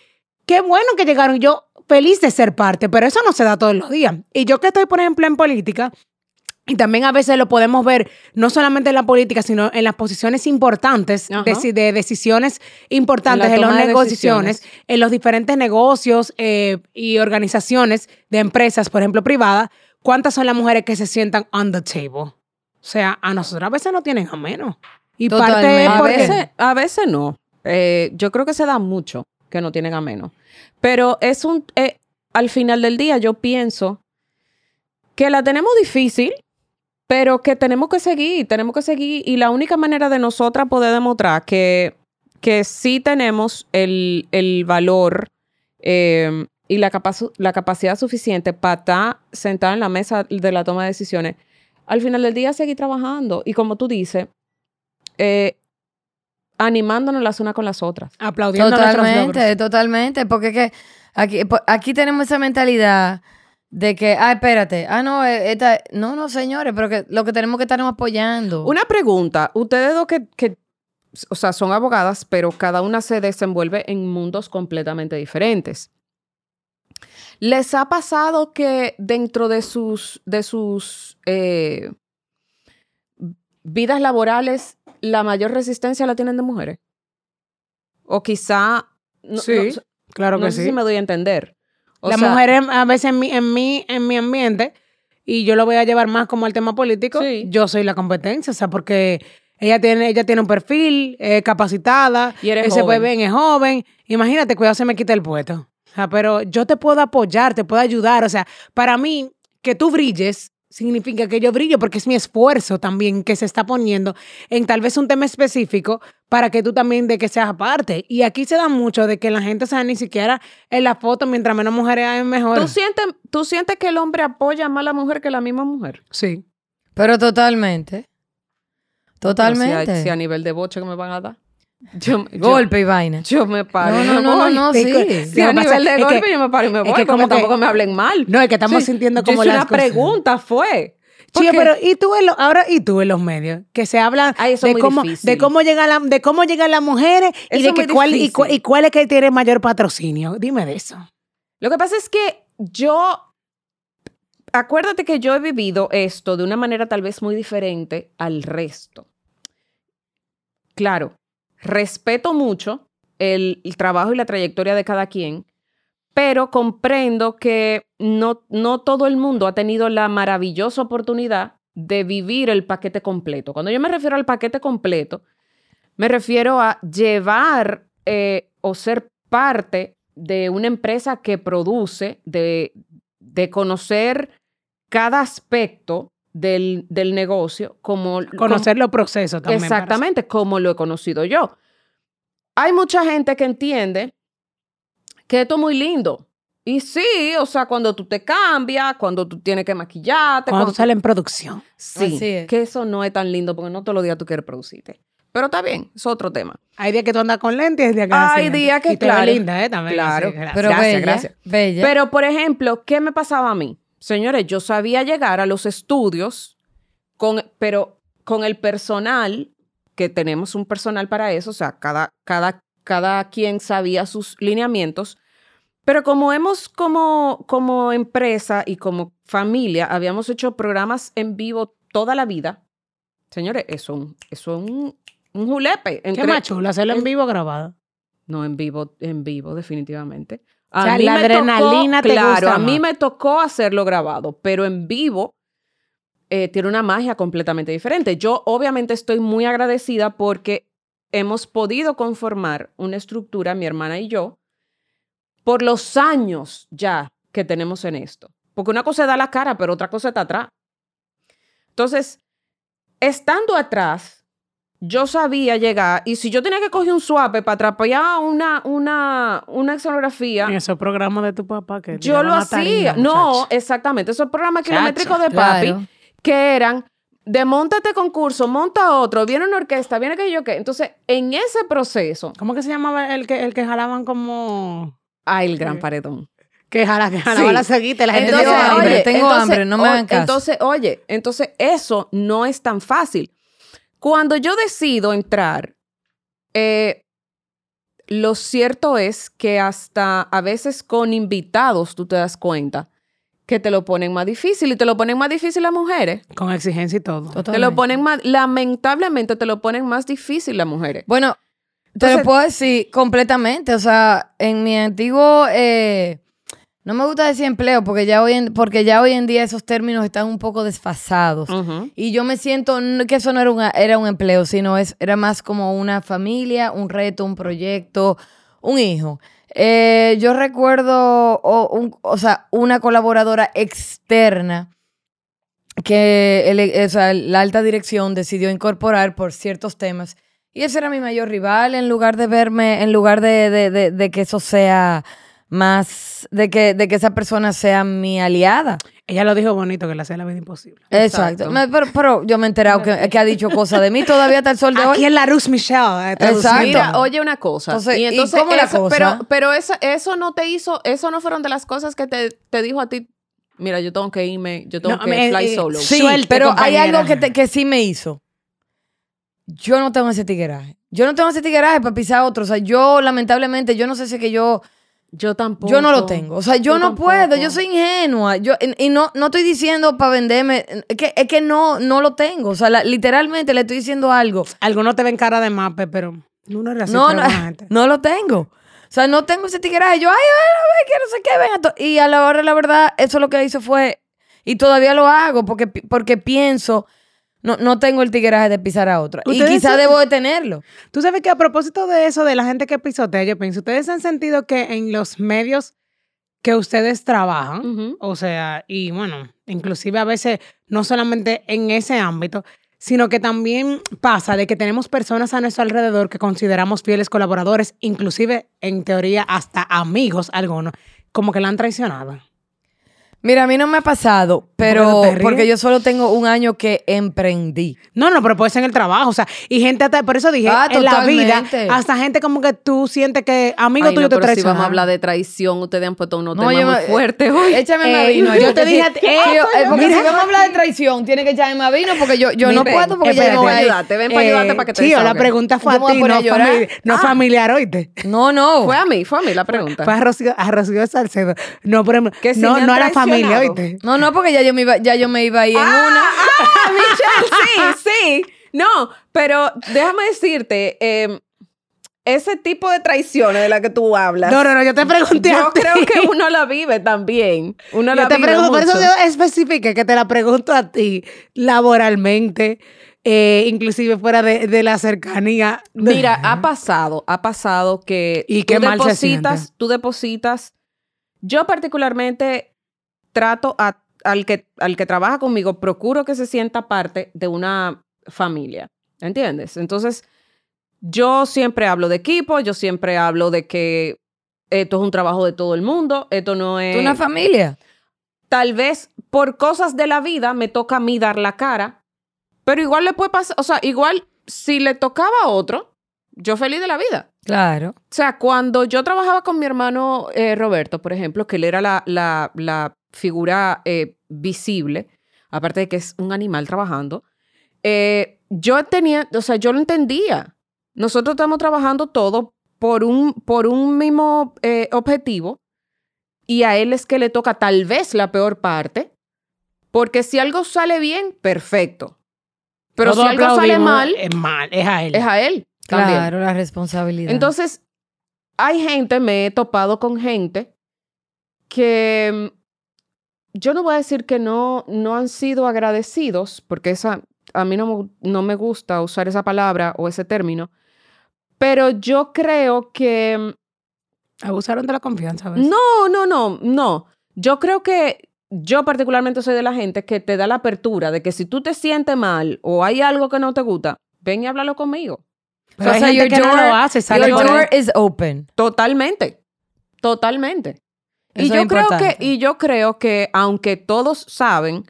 [SPEAKER 2] qué bueno que llegaron. Yo feliz de ser parte, pero eso no se da todos los días. Y yo que estoy, por ejemplo, en política, y también a veces lo podemos ver no solamente en la política, sino en las posiciones importantes,
[SPEAKER 1] Ajá.
[SPEAKER 2] deci- de, decisiones importantes,
[SPEAKER 1] En la
[SPEAKER 2] en, las
[SPEAKER 1] toma de
[SPEAKER 2] negociaciones, en los diferentes negocios eh, y organizaciones de empresas, por ejemplo, privadas. ¿Cuántas son las mujeres que se sientan on the table? O sea, a nosotros a veces no tienen a menos. Y parte
[SPEAKER 3] Totalmente.
[SPEAKER 2] es
[SPEAKER 1] A
[SPEAKER 2] porque-
[SPEAKER 1] veces, a veces no. Eh, yo creo que se da mucho que no tienen a menos. Pero es un. eh, al final del día, yo pienso que la tenemos difícil, pero que tenemos que seguir, tenemos que seguir. Y la única manera de nosotras poder demostrar que, que sí tenemos el, el valor eh, y la, capaci- la capacidad suficiente para estar sentada en la mesa de la toma de decisiones, al final del día seguir trabajando. Y como tú dices, eh, animándonos las unas con las otras.
[SPEAKER 2] aplaudiendo nuestros logros.
[SPEAKER 3] Totalmente, totalmente, porque es que aquí, po- aquí tenemos esa mentalidad de que, ah, espérate, ah, no, eh, esta- no, no, señores, pero que lo que tenemos que estarnos apoyando.
[SPEAKER 1] Una pregunta, ustedes dos que, que, o sea, son abogadas, pero cada una se desenvuelve en mundos completamente diferentes. ¿Les ha pasado que dentro de sus, de sus eh, vidas laborales la mayor resistencia la tienen de mujeres. O quizá. no-
[SPEAKER 2] Sí,
[SPEAKER 1] no-
[SPEAKER 2] claro que
[SPEAKER 1] no
[SPEAKER 2] sí.
[SPEAKER 1] sé si me doy a entender. O
[SPEAKER 2] Las
[SPEAKER 1] sea,
[SPEAKER 2] mujeres a veces en mi, en, mi, en mi ambiente, y yo lo voy a llevar más como al tema político,
[SPEAKER 1] Sí.
[SPEAKER 2] yo soy la competencia, o sea, porque ella tiene, ella tiene un perfil, es capacitada, eh,
[SPEAKER 1] Y eres
[SPEAKER 2] ese
[SPEAKER 1] joven.
[SPEAKER 2] bebé es joven, imagínate, cuidado se me quita el puesto. O sea, pero yo te puedo apoyar, te puedo ayudar, o sea, para mí, que tú brilles significa que yo brillo porque es mi esfuerzo también que se está poniendo en tal vez un tema específico para que tú también de que seas aparte. Y aquí se da mucho de que la gente sea ni siquiera en la foto, mientras menos mujeres hay, mejor.
[SPEAKER 1] ¿tú, sientes, ¿Tú sientes que el hombre apoya más a la mujer que la misma mujer?
[SPEAKER 2] Sí.
[SPEAKER 3] Pero totalmente.
[SPEAKER 1] Pero Si a,
[SPEAKER 3] Totalmente.
[SPEAKER 1] si a nivel de boche que me van a dar. Yo, yo-
[SPEAKER 3] Golpe y vaina.
[SPEAKER 1] Yo me paro.
[SPEAKER 3] No,
[SPEAKER 1] y
[SPEAKER 3] no,
[SPEAKER 1] me
[SPEAKER 3] no, no,
[SPEAKER 1] voy.
[SPEAKER 3] no,
[SPEAKER 2] Te-
[SPEAKER 3] sí.
[SPEAKER 1] Si
[SPEAKER 2] Lo
[SPEAKER 1] a
[SPEAKER 2] que pasa
[SPEAKER 1] nivel de
[SPEAKER 2] es
[SPEAKER 1] golpe
[SPEAKER 2] que-
[SPEAKER 1] yo me paro y me
[SPEAKER 2] es
[SPEAKER 1] voy.
[SPEAKER 2] que
[SPEAKER 1] porque
[SPEAKER 2] como que-
[SPEAKER 1] tampoco me hablen mal.
[SPEAKER 2] No, es que estamos
[SPEAKER 1] Sí,
[SPEAKER 2] sintiendo
[SPEAKER 1] yo
[SPEAKER 2] como
[SPEAKER 1] hice
[SPEAKER 2] las
[SPEAKER 1] una
[SPEAKER 2] cosas.
[SPEAKER 1] pregunta, fue.
[SPEAKER 2] Chico,
[SPEAKER 1] Porque-
[SPEAKER 2] pero y tú en lo- ahora y tú en los medios que se habla
[SPEAKER 1] Ay, eso es
[SPEAKER 2] de
[SPEAKER 1] muy
[SPEAKER 2] cómo
[SPEAKER 1] difícil.
[SPEAKER 2] de cómo llega la, de cómo llegan las mujeres y
[SPEAKER 1] Eso
[SPEAKER 2] de
[SPEAKER 1] es
[SPEAKER 2] que
[SPEAKER 1] muy
[SPEAKER 2] cuál y,
[SPEAKER 1] difícil.
[SPEAKER 2] cua- y cuál es que tiene mayor patrocinio. Dime de eso.
[SPEAKER 1] Lo que pasa es que yo. Acuérdate que yo he vivido esto de una manera tal vez muy diferente al resto. Claro, respeto mucho el, el trabajo y la trayectoria de cada quien, pero comprendo que no, no todo el mundo ha tenido la maravillosa oportunidad de vivir el paquete completo. Cuando yo me refiero al paquete completo, me refiero a llevar eh, o ser parte de una empresa que produce, de, de conocer cada aspecto del, del negocio como como-
[SPEAKER 2] Conocer los procesos también. para-
[SPEAKER 1] Exactamente, como lo he conocido yo. Hay mucha gente que entiende que esto es muy lindo. Y sí, o sea, cuando tú te cambias, cuando tú tienes que maquillarte,
[SPEAKER 2] Cuando
[SPEAKER 1] cuando
[SPEAKER 2] tú sales en producción.
[SPEAKER 1] sí,
[SPEAKER 3] Así es.
[SPEAKER 1] que eso no es tan lindo porque no todos los días tú quieres producirte. Pero está bien, es otro tema.
[SPEAKER 2] Hay días que tú andas con lentes, hay días que andas
[SPEAKER 1] Hay
[SPEAKER 2] sin lentes.
[SPEAKER 1] días que,
[SPEAKER 2] y te ves
[SPEAKER 1] claro,
[SPEAKER 2] linda, eh, también.
[SPEAKER 1] claro,
[SPEAKER 2] gracias.
[SPEAKER 3] Pero
[SPEAKER 1] Gracias,
[SPEAKER 3] bella,
[SPEAKER 1] gracias.
[SPEAKER 3] bella.
[SPEAKER 1] Pero, por ejemplo, ¿qué me pasaba a mí? Señores, yo sabía llegar a los estudios, con, pero con el personal, que tenemos un personal para eso, o sea, cada, cada, cada quien sabía sus lineamientos, pero como hemos como, como empresa y como familia, habíamos hecho programas en vivo toda la vida, señores, eso es un, eso es un, un julepe.
[SPEAKER 2] Qué
[SPEAKER 1] entre-
[SPEAKER 2] más chulo, hacerlo en
[SPEAKER 1] en-
[SPEAKER 2] vivo grabado.
[SPEAKER 1] no, en vivo, en vivo, definitivamente.
[SPEAKER 2] O sea, la
[SPEAKER 1] me tocó-
[SPEAKER 2] adrenalina te
[SPEAKER 1] claro,
[SPEAKER 2] gusta
[SPEAKER 1] a mí
[SPEAKER 2] más.
[SPEAKER 1] me tocó hacerlo grabado, pero en vivo eh, tiene una magia completamente diferente. Yo obviamente estoy muy agradecida porque hemos podido conformar una estructura, mi hermana y yo, por los años ya que tenemos en esto. Porque una cosa da la cara, pero otra cosa está atrás. Entonces, estando atrás, yo sabía llegar y si yo tenía que coger un suave para atrapar una, una, una escenografía,
[SPEAKER 2] En esos programas de tu papá que te
[SPEAKER 1] yo lo
[SPEAKER 2] llevan a tarima,
[SPEAKER 1] hacía. no, eh,
[SPEAKER 2] muchacho.
[SPEAKER 1] exactamente. Esos programas
[SPEAKER 2] Muchacha,
[SPEAKER 1] kilométricos de papi
[SPEAKER 3] Claro.
[SPEAKER 1] que eran de monta este concurso, monta otro, viene una orquesta, viene que yo qué. Entonces, en ese proceso,
[SPEAKER 2] ¿Cómo que se llamaba el que, el que jalaban como...
[SPEAKER 1] ay, el gran paredón.
[SPEAKER 2] Que, jala, que jalaba
[SPEAKER 1] Sí.
[SPEAKER 2] la ceguita y la gente...
[SPEAKER 3] Entonces,
[SPEAKER 2] tenía
[SPEAKER 3] tengo
[SPEAKER 2] hambre.
[SPEAKER 3] oye, tengo hambre, no me
[SPEAKER 1] o-
[SPEAKER 3] hagan caso.
[SPEAKER 1] Entonces, oye, entonces eso no es tan fácil. Cuando yo decido entrar, eh, lo cierto es que hasta a veces con invitados tú te das cuenta que te lo ponen más difícil y te lo ponen más difícil las mujeres.
[SPEAKER 2] Con exigencia y
[SPEAKER 1] Te
[SPEAKER 2] todo.
[SPEAKER 1] lo
[SPEAKER 3] Totalmente.
[SPEAKER 1] ponen más, lamentablemente te lo ponen más difícil las mujeres.
[SPEAKER 3] Bueno, te
[SPEAKER 1] Entonces-
[SPEAKER 3] lo puedo decir completamente. O sea, en mi antiguo. eh, no me gusta decir empleo porque ya, hoy en, porque ya hoy en día esos términos están un poco desfasados.
[SPEAKER 1] Ujú.
[SPEAKER 3] Y yo me siento n- que eso no era un, era un empleo, sino es, era más como una familia, un reto, un proyecto, un hijo. Eh, yo recuerdo, o, un- o sea, una colaboradora externa que el- o sea, la alta dirección decidió incorporar por ciertos temas. Y ese era mi mayor rival en lugar de verme, en lugar de, de- de- de que eso sea más, de que, de que esa persona sea mi aliada.
[SPEAKER 2] Ella lo dijo bonito, que le hacía la vida imposible.
[SPEAKER 3] Exacto.
[SPEAKER 1] Exacto.
[SPEAKER 3] Me- pero, pero yo me he enterado que, que ha dicho cosas de mí todavía hasta el sol de
[SPEAKER 2] Aquí
[SPEAKER 3] hoy.
[SPEAKER 2] en la Rus Michelle. eh,
[SPEAKER 3] Exacto.
[SPEAKER 2] traduciendo.
[SPEAKER 1] Mira, oye una cosa.
[SPEAKER 3] Entonces,
[SPEAKER 1] y
[SPEAKER 3] ¿y
[SPEAKER 1] entonces,
[SPEAKER 3] cómo la
[SPEAKER 1] eso-
[SPEAKER 3] cosa?
[SPEAKER 1] Pero, pero esa- eso no te hizo, eso no fueron de las cosas que te, te dijo a ti, mira, yo tengo que irme, yo tengo
[SPEAKER 2] No,
[SPEAKER 1] que
[SPEAKER 2] me-
[SPEAKER 1] fly
[SPEAKER 2] eh,
[SPEAKER 1] solo.
[SPEAKER 3] Sí,
[SPEAKER 2] Suelte,
[SPEAKER 3] pero
[SPEAKER 2] compañera.
[SPEAKER 3] hay algo que, te- que sí me hizo. Yo no tengo ese tigueraje. Yo no tengo ese tigueraje para pisar a otro. O sea, yo lamentablemente, yo no sé si es que yo
[SPEAKER 1] Yo tampoco.
[SPEAKER 3] Yo no lo tengo. O sea, yo, no
[SPEAKER 1] tampoco.
[SPEAKER 3] puedo. Yo soy ingenua. Yo, y y no, no estoy diciendo para venderme. Es que, es que no, no lo tengo. O sea, la- literalmente le estoy diciendo algo.
[SPEAKER 2] Algunos te ven cara de mape, pero uno era así,
[SPEAKER 3] no,
[SPEAKER 2] pero
[SPEAKER 3] no,
[SPEAKER 2] buena gente.
[SPEAKER 3] no lo tengo. O sea, no tengo ese tiqueraje. Yo, ay, bueno, a ver, que no sé qué, venga. to-". Y a la hora, la verdad, eso lo que hice fue. Y todavía lo hago porque, pi- porque pienso. No, no tengo el tiqueraje de pisar a otro. Y
[SPEAKER 2] Ustedes
[SPEAKER 3] quizás
[SPEAKER 2] son-
[SPEAKER 3] debo de tenerlo.
[SPEAKER 2] Tú sabes que a propósito de eso, de la gente que pisotea, yo pienso, ¿ustedes han sentido que en los medios que ustedes trabajan,
[SPEAKER 1] Ujú.
[SPEAKER 2] o sea, y bueno, inclusive a veces no solamente en ese ámbito, sino que también pasa de que tenemos personas a nuestro alrededor que consideramos fieles colaboradores, inclusive en teoría hasta amigos algunos, como que la han traicionado.
[SPEAKER 3] Mira, a mí no me ha pasado,
[SPEAKER 2] no
[SPEAKER 3] pero
[SPEAKER 2] te ríes?
[SPEAKER 3] porque yo solo tengo un año que emprendí.
[SPEAKER 2] No, no, pero puede ser en el trabajo, o sea, y gente hasta, por eso dije,
[SPEAKER 3] Ah,
[SPEAKER 2] en la vida,
[SPEAKER 3] totalmente.
[SPEAKER 2] hasta gente como que tú sientes que amigo
[SPEAKER 1] Ay,
[SPEAKER 2] tuyo
[SPEAKER 1] no,
[SPEAKER 2] te
[SPEAKER 1] pero si
[SPEAKER 2] traicionaron.
[SPEAKER 1] vamos a hablar de traición, ustedes han puesto unos temas
[SPEAKER 3] yo
[SPEAKER 1] muy
[SPEAKER 3] me- eh,
[SPEAKER 1] fuertes hoy.
[SPEAKER 3] Échame más
[SPEAKER 2] Eh,
[SPEAKER 3] vino.
[SPEAKER 2] yo
[SPEAKER 3] porque
[SPEAKER 2] te dije
[SPEAKER 3] si-
[SPEAKER 2] a ti- eh,
[SPEAKER 3] si yo- eh, porque
[SPEAKER 2] mira.
[SPEAKER 3] si vamos a hablar de traición, tiene que echarme más vino porque yo, yo no
[SPEAKER 1] Miren,
[SPEAKER 3] puedo porque ya
[SPEAKER 1] espérate,
[SPEAKER 3] llegó
[SPEAKER 1] voy a
[SPEAKER 3] ahí.
[SPEAKER 1] ayudarte. Ven para ayudarte para que te
[SPEAKER 2] Chío, Eh, la
[SPEAKER 1] desahogues.
[SPEAKER 2] pregunta fue
[SPEAKER 3] Yo me
[SPEAKER 2] a
[SPEAKER 3] voy a
[SPEAKER 2] ti,
[SPEAKER 3] poner
[SPEAKER 2] no,
[SPEAKER 3] a llorar.
[SPEAKER 2] famili- no
[SPEAKER 3] Ah.
[SPEAKER 2] familiar, oíste.
[SPEAKER 3] No, no.
[SPEAKER 1] Fue a mí, fue a mí la pregunta.
[SPEAKER 2] Fue a Rocío, a Rocío Salcedo. No, pero
[SPEAKER 1] Que si
[SPEAKER 2] no,
[SPEAKER 1] me han
[SPEAKER 2] no era
[SPEAKER 1] traicionado.
[SPEAKER 2] familia, ¿oíste?
[SPEAKER 3] No, no, porque ya yo me iba, ya yo me iba a ir en una.
[SPEAKER 1] ¡Ah, Michelle! Sí, sí. No, pero déjame decirte, eh, ese tipo de traiciones de la que tú hablas,
[SPEAKER 2] No, no, no, yo te pregunté a
[SPEAKER 1] yo
[SPEAKER 2] ti.
[SPEAKER 1] creo que uno la vive también. Uno la
[SPEAKER 2] Yo te
[SPEAKER 1] vive
[SPEAKER 2] pregunto, por eso
[SPEAKER 1] mucho.
[SPEAKER 2] yo especifique que te la pregunto a ti, laboralmente, eh, inclusive fuera de, de la cercanía.
[SPEAKER 1] Mira, ha pasado, ha pasado que
[SPEAKER 2] Y qué mal se siente.
[SPEAKER 1] depositas, tú depositas. Yo particularmente trato a- al, que, al que trabaja conmigo, procuro que se sienta parte de una familia, ¿entiendes? Entonces, yo siempre hablo de equipo, yo siempre hablo de que esto es un trabajo de todo el mundo, esto no es
[SPEAKER 3] Tú una familia.
[SPEAKER 1] tal vez por cosas de la vida me toca a mí dar la cara, pero igual le puede pasar, o sea, igual si le tocaba a otro, yo feliz de la vida.
[SPEAKER 3] Claro.
[SPEAKER 1] O sea, cuando yo trabajaba con mi hermano eh, Roberto, por ejemplo, que él era la, la- la figura eh, visible, aparte de que es un animal trabajando, eh, yo tenía, o sea, yo lo entendía. Nosotros estamos trabajando todo por un, por un mismo eh, objetivo y a él es que le toca tal vez la peor parte, porque si algo sale bien, perfecto. Pero
[SPEAKER 2] Todos
[SPEAKER 1] si algo sale
[SPEAKER 2] aplaudimos,
[SPEAKER 1] mal,
[SPEAKER 2] Es mal, es a él.
[SPEAKER 1] es a él. También.
[SPEAKER 3] Claro, la responsabilidad.
[SPEAKER 1] Entonces, hay gente, me he topado con gente que mm, yo no voy a decir que no, no han sido agradecidos, porque esa, a mí no, me gu- no me gusta usar esa palabra o ese término, pero yo creo que mm,
[SPEAKER 2] Abusaron de la confianza, ¿ves?
[SPEAKER 1] no, no, no, no. Yo creo que yo particularmente soy de la gente que te da la apertura de que si tú te sientes mal o hay algo que no te gusta, ven y háblalo conmigo.
[SPEAKER 2] Pero
[SPEAKER 3] o
[SPEAKER 2] hay
[SPEAKER 3] sea, your
[SPEAKER 2] gente que no
[SPEAKER 3] door-
[SPEAKER 2] lo hace, sale
[SPEAKER 3] Your
[SPEAKER 1] yo-
[SPEAKER 2] por
[SPEAKER 3] door
[SPEAKER 2] ahí.
[SPEAKER 3] is open.
[SPEAKER 1] Totalmente. Totalmente. Y
[SPEAKER 3] Eso
[SPEAKER 1] yo
[SPEAKER 3] es
[SPEAKER 1] creo que,
[SPEAKER 3] importante.
[SPEAKER 1] y yo creo que, aunque todos saben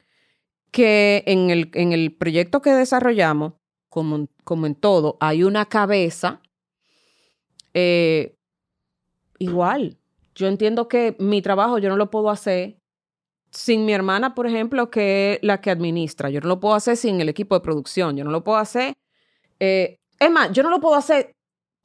[SPEAKER 1] que en el, en el proyecto que desarrollamos, como, en- como en todo, hay una cabeza, eh, igual. Yo entiendo que mi trabajo yo no lo puedo hacer sin mi hermana, por ejemplo, que es la que administra. Yo no lo puedo hacer sin el equipo de producción. Yo no lo puedo hacer. eh, es más, yo no lo puedo hacer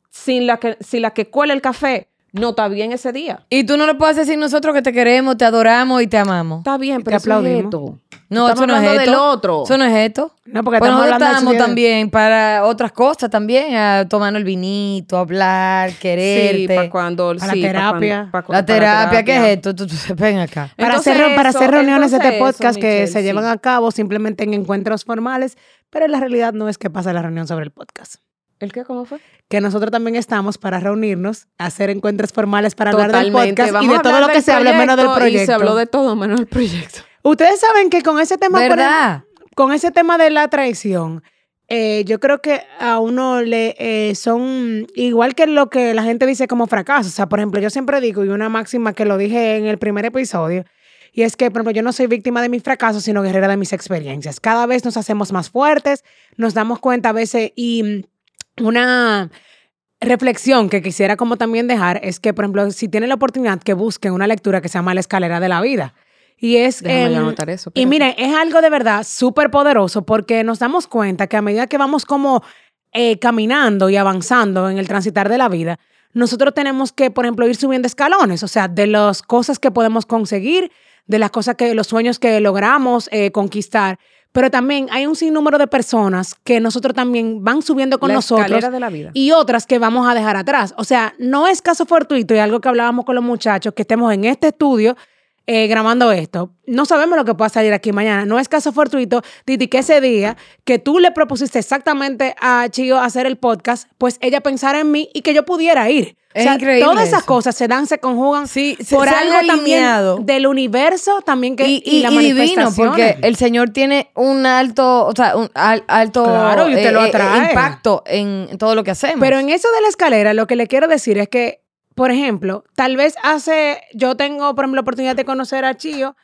[SPEAKER 1] sin la que, sin la que cuela el café. No está bien ese día.
[SPEAKER 3] Y tú no le puedes decir nosotros que te queremos, te adoramos y te amamos.
[SPEAKER 1] Está bien, pero
[SPEAKER 2] te aplaudimos.
[SPEAKER 1] eso es esto.
[SPEAKER 3] No,
[SPEAKER 1] Estamos
[SPEAKER 3] eso no
[SPEAKER 1] hablando
[SPEAKER 3] es
[SPEAKER 1] del
[SPEAKER 3] esto.
[SPEAKER 1] otro.
[SPEAKER 3] Eso no es esto.
[SPEAKER 2] No, porque
[SPEAKER 3] Bueno,
[SPEAKER 2] estamos
[SPEAKER 3] nosotros
[SPEAKER 2] hablando de
[SPEAKER 3] estábamos
[SPEAKER 2] su-
[SPEAKER 3] también para otras cosas también, a tomando el vinito, hablar, quererte.
[SPEAKER 1] Sí, para cuando...
[SPEAKER 2] Para
[SPEAKER 1] sí, pa' cuando-
[SPEAKER 2] terapia.
[SPEAKER 1] pa' cu-
[SPEAKER 3] la
[SPEAKER 1] para
[SPEAKER 3] terapia, ¿qué es esto? Tú, tú- ven acá.
[SPEAKER 2] Para,
[SPEAKER 1] Entonces
[SPEAKER 2] hacer, para
[SPEAKER 1] eso,
[SPEAKER 2] hacer reuniones de
[SPEAKER 1] entonces
[SPEAKER 2] este
[SPEAKER 1] eso,
[SPEAKER 2] podcast que
[SPEAKER 1] Michelle,
[SPEAKER 2] se
[SPEAKER 1] sí.
[SPEAKER 2] llevan a cabo simplemente en encuentros formales, pero la realidad no es que pasa la reunión sobre el podcast.
[SPEAKER 1] ¿El qué? ¿Cómo fue?
[SPEAKER 2] Que nosotros también estamos para reunirnos, hacer encuentros formales para hablar del
[SPEAKER 1] Totalmente.
[SPEAKER 2] podcast y
[SPEAKER 1] Vamos
[SPEAKER 2] de
[SPEAKER 1] a
[SPEAKER 2] todo
[SPEAKER 1] hablar
[SPEAKER 2] lo que
[SPEAKER 1] del
[SPEAKER 2] se hable menos del proyecto.
[SPEAKER 1] Y se habló de todo menos del proyecto.
[SPEAKER 2] Ustedes saben que con ese tema, por
[SPEAKER 3] ¿Verdad?
[SPEAKER 2] con ese tema de la traición, eh, yo creo que a uno le eh, son igual que lo que la gente dice como fracaso. O sea, por ejemplo, yo siempre digo, y una máxima que lo dije en el primer episodio, y es que, por ejemplo, yo no soy víctima de mis fracasos, sino guerrera de mis experiencias. Cada vez nos hacemos más fuertes, nos damos cuenta a veces y mm, una reflexión que quisiera como también dejar es que, por ejemplo, si tienen la oportunidad que busquen una lectura que se llama La escalera de la vida. Y es...
[SPEAKER 1] Déjame
[SPEAKER 2] em,
[SPEAKER 1] ya anotar eso.
[SPEAKER 2] y
[SPEAKER 1] espérate.
[SPEAKER 2] miren, es algo de verdad súper poderoso porque nos damos cuenta que a medida que vamos como eh, caminando y avanzando en el transitar de la vida, nosotros tenemos que, por ejemplo, ir subiendo escalones, o sea, de las cosas que podemos conseguir, de las cosas que, los sueños que logramos eh, conquistar. Pero también hay un sinnúmero de personas que nosotros también van subiendo con
[SPEAKER 1] la
[SPEAKER 2] nosotros
[SPEAKER 1] escalera de la vida.
[SPEAKER 2] y otras que vamos a dejar atrás. O sea, no es caso fortuito y algo que hablábamos con los muchachos, que estemos en este estudio eh, grabando esto. No sabemos lo que pueda salir aquí mañana. No es caso fortuito, Titi, que ese día que tú le propusiste exactamente a Chio hacer el podcast, pues ella pensara en mí y que yo pudiera ir.
[SPEAKER 3] Es increíble
[SPEAKER 2] todas esas
[SPEAKER 3] eso.
[SPEAKER 2] cosas se dan, se conjugan
[SPEAKER 3] Sí, se-
[SPEAKER 2] por
[SPEAKER 3] se han
[SPEAKER 2] algo
[SPEAKER 3] alineado.
[SPEAKER 2] también del universo también que
[SPEAKER 3] y, y-
[SPEAKER 2] la
[SPEAKER 3] y divino,
[SPEAKER 2] manifestación.
[SPEAKER 3] porque el Señor tiene un alto, o sea, un al- alto eh,
[SPEAKER 2] Claro, y usted lo atrae.
[SPEAKER 3] impacto en todo lo que hacemos.
[SPEAKER 2] Pero
[SPEAKER 1] Pues.
[SPEAKER 2] en eso de la escalera, lo que le quiero decir es que, por ejemplo, tal vez hace, yo tengo, por ejemplo, la oportunidad de conocer a Chio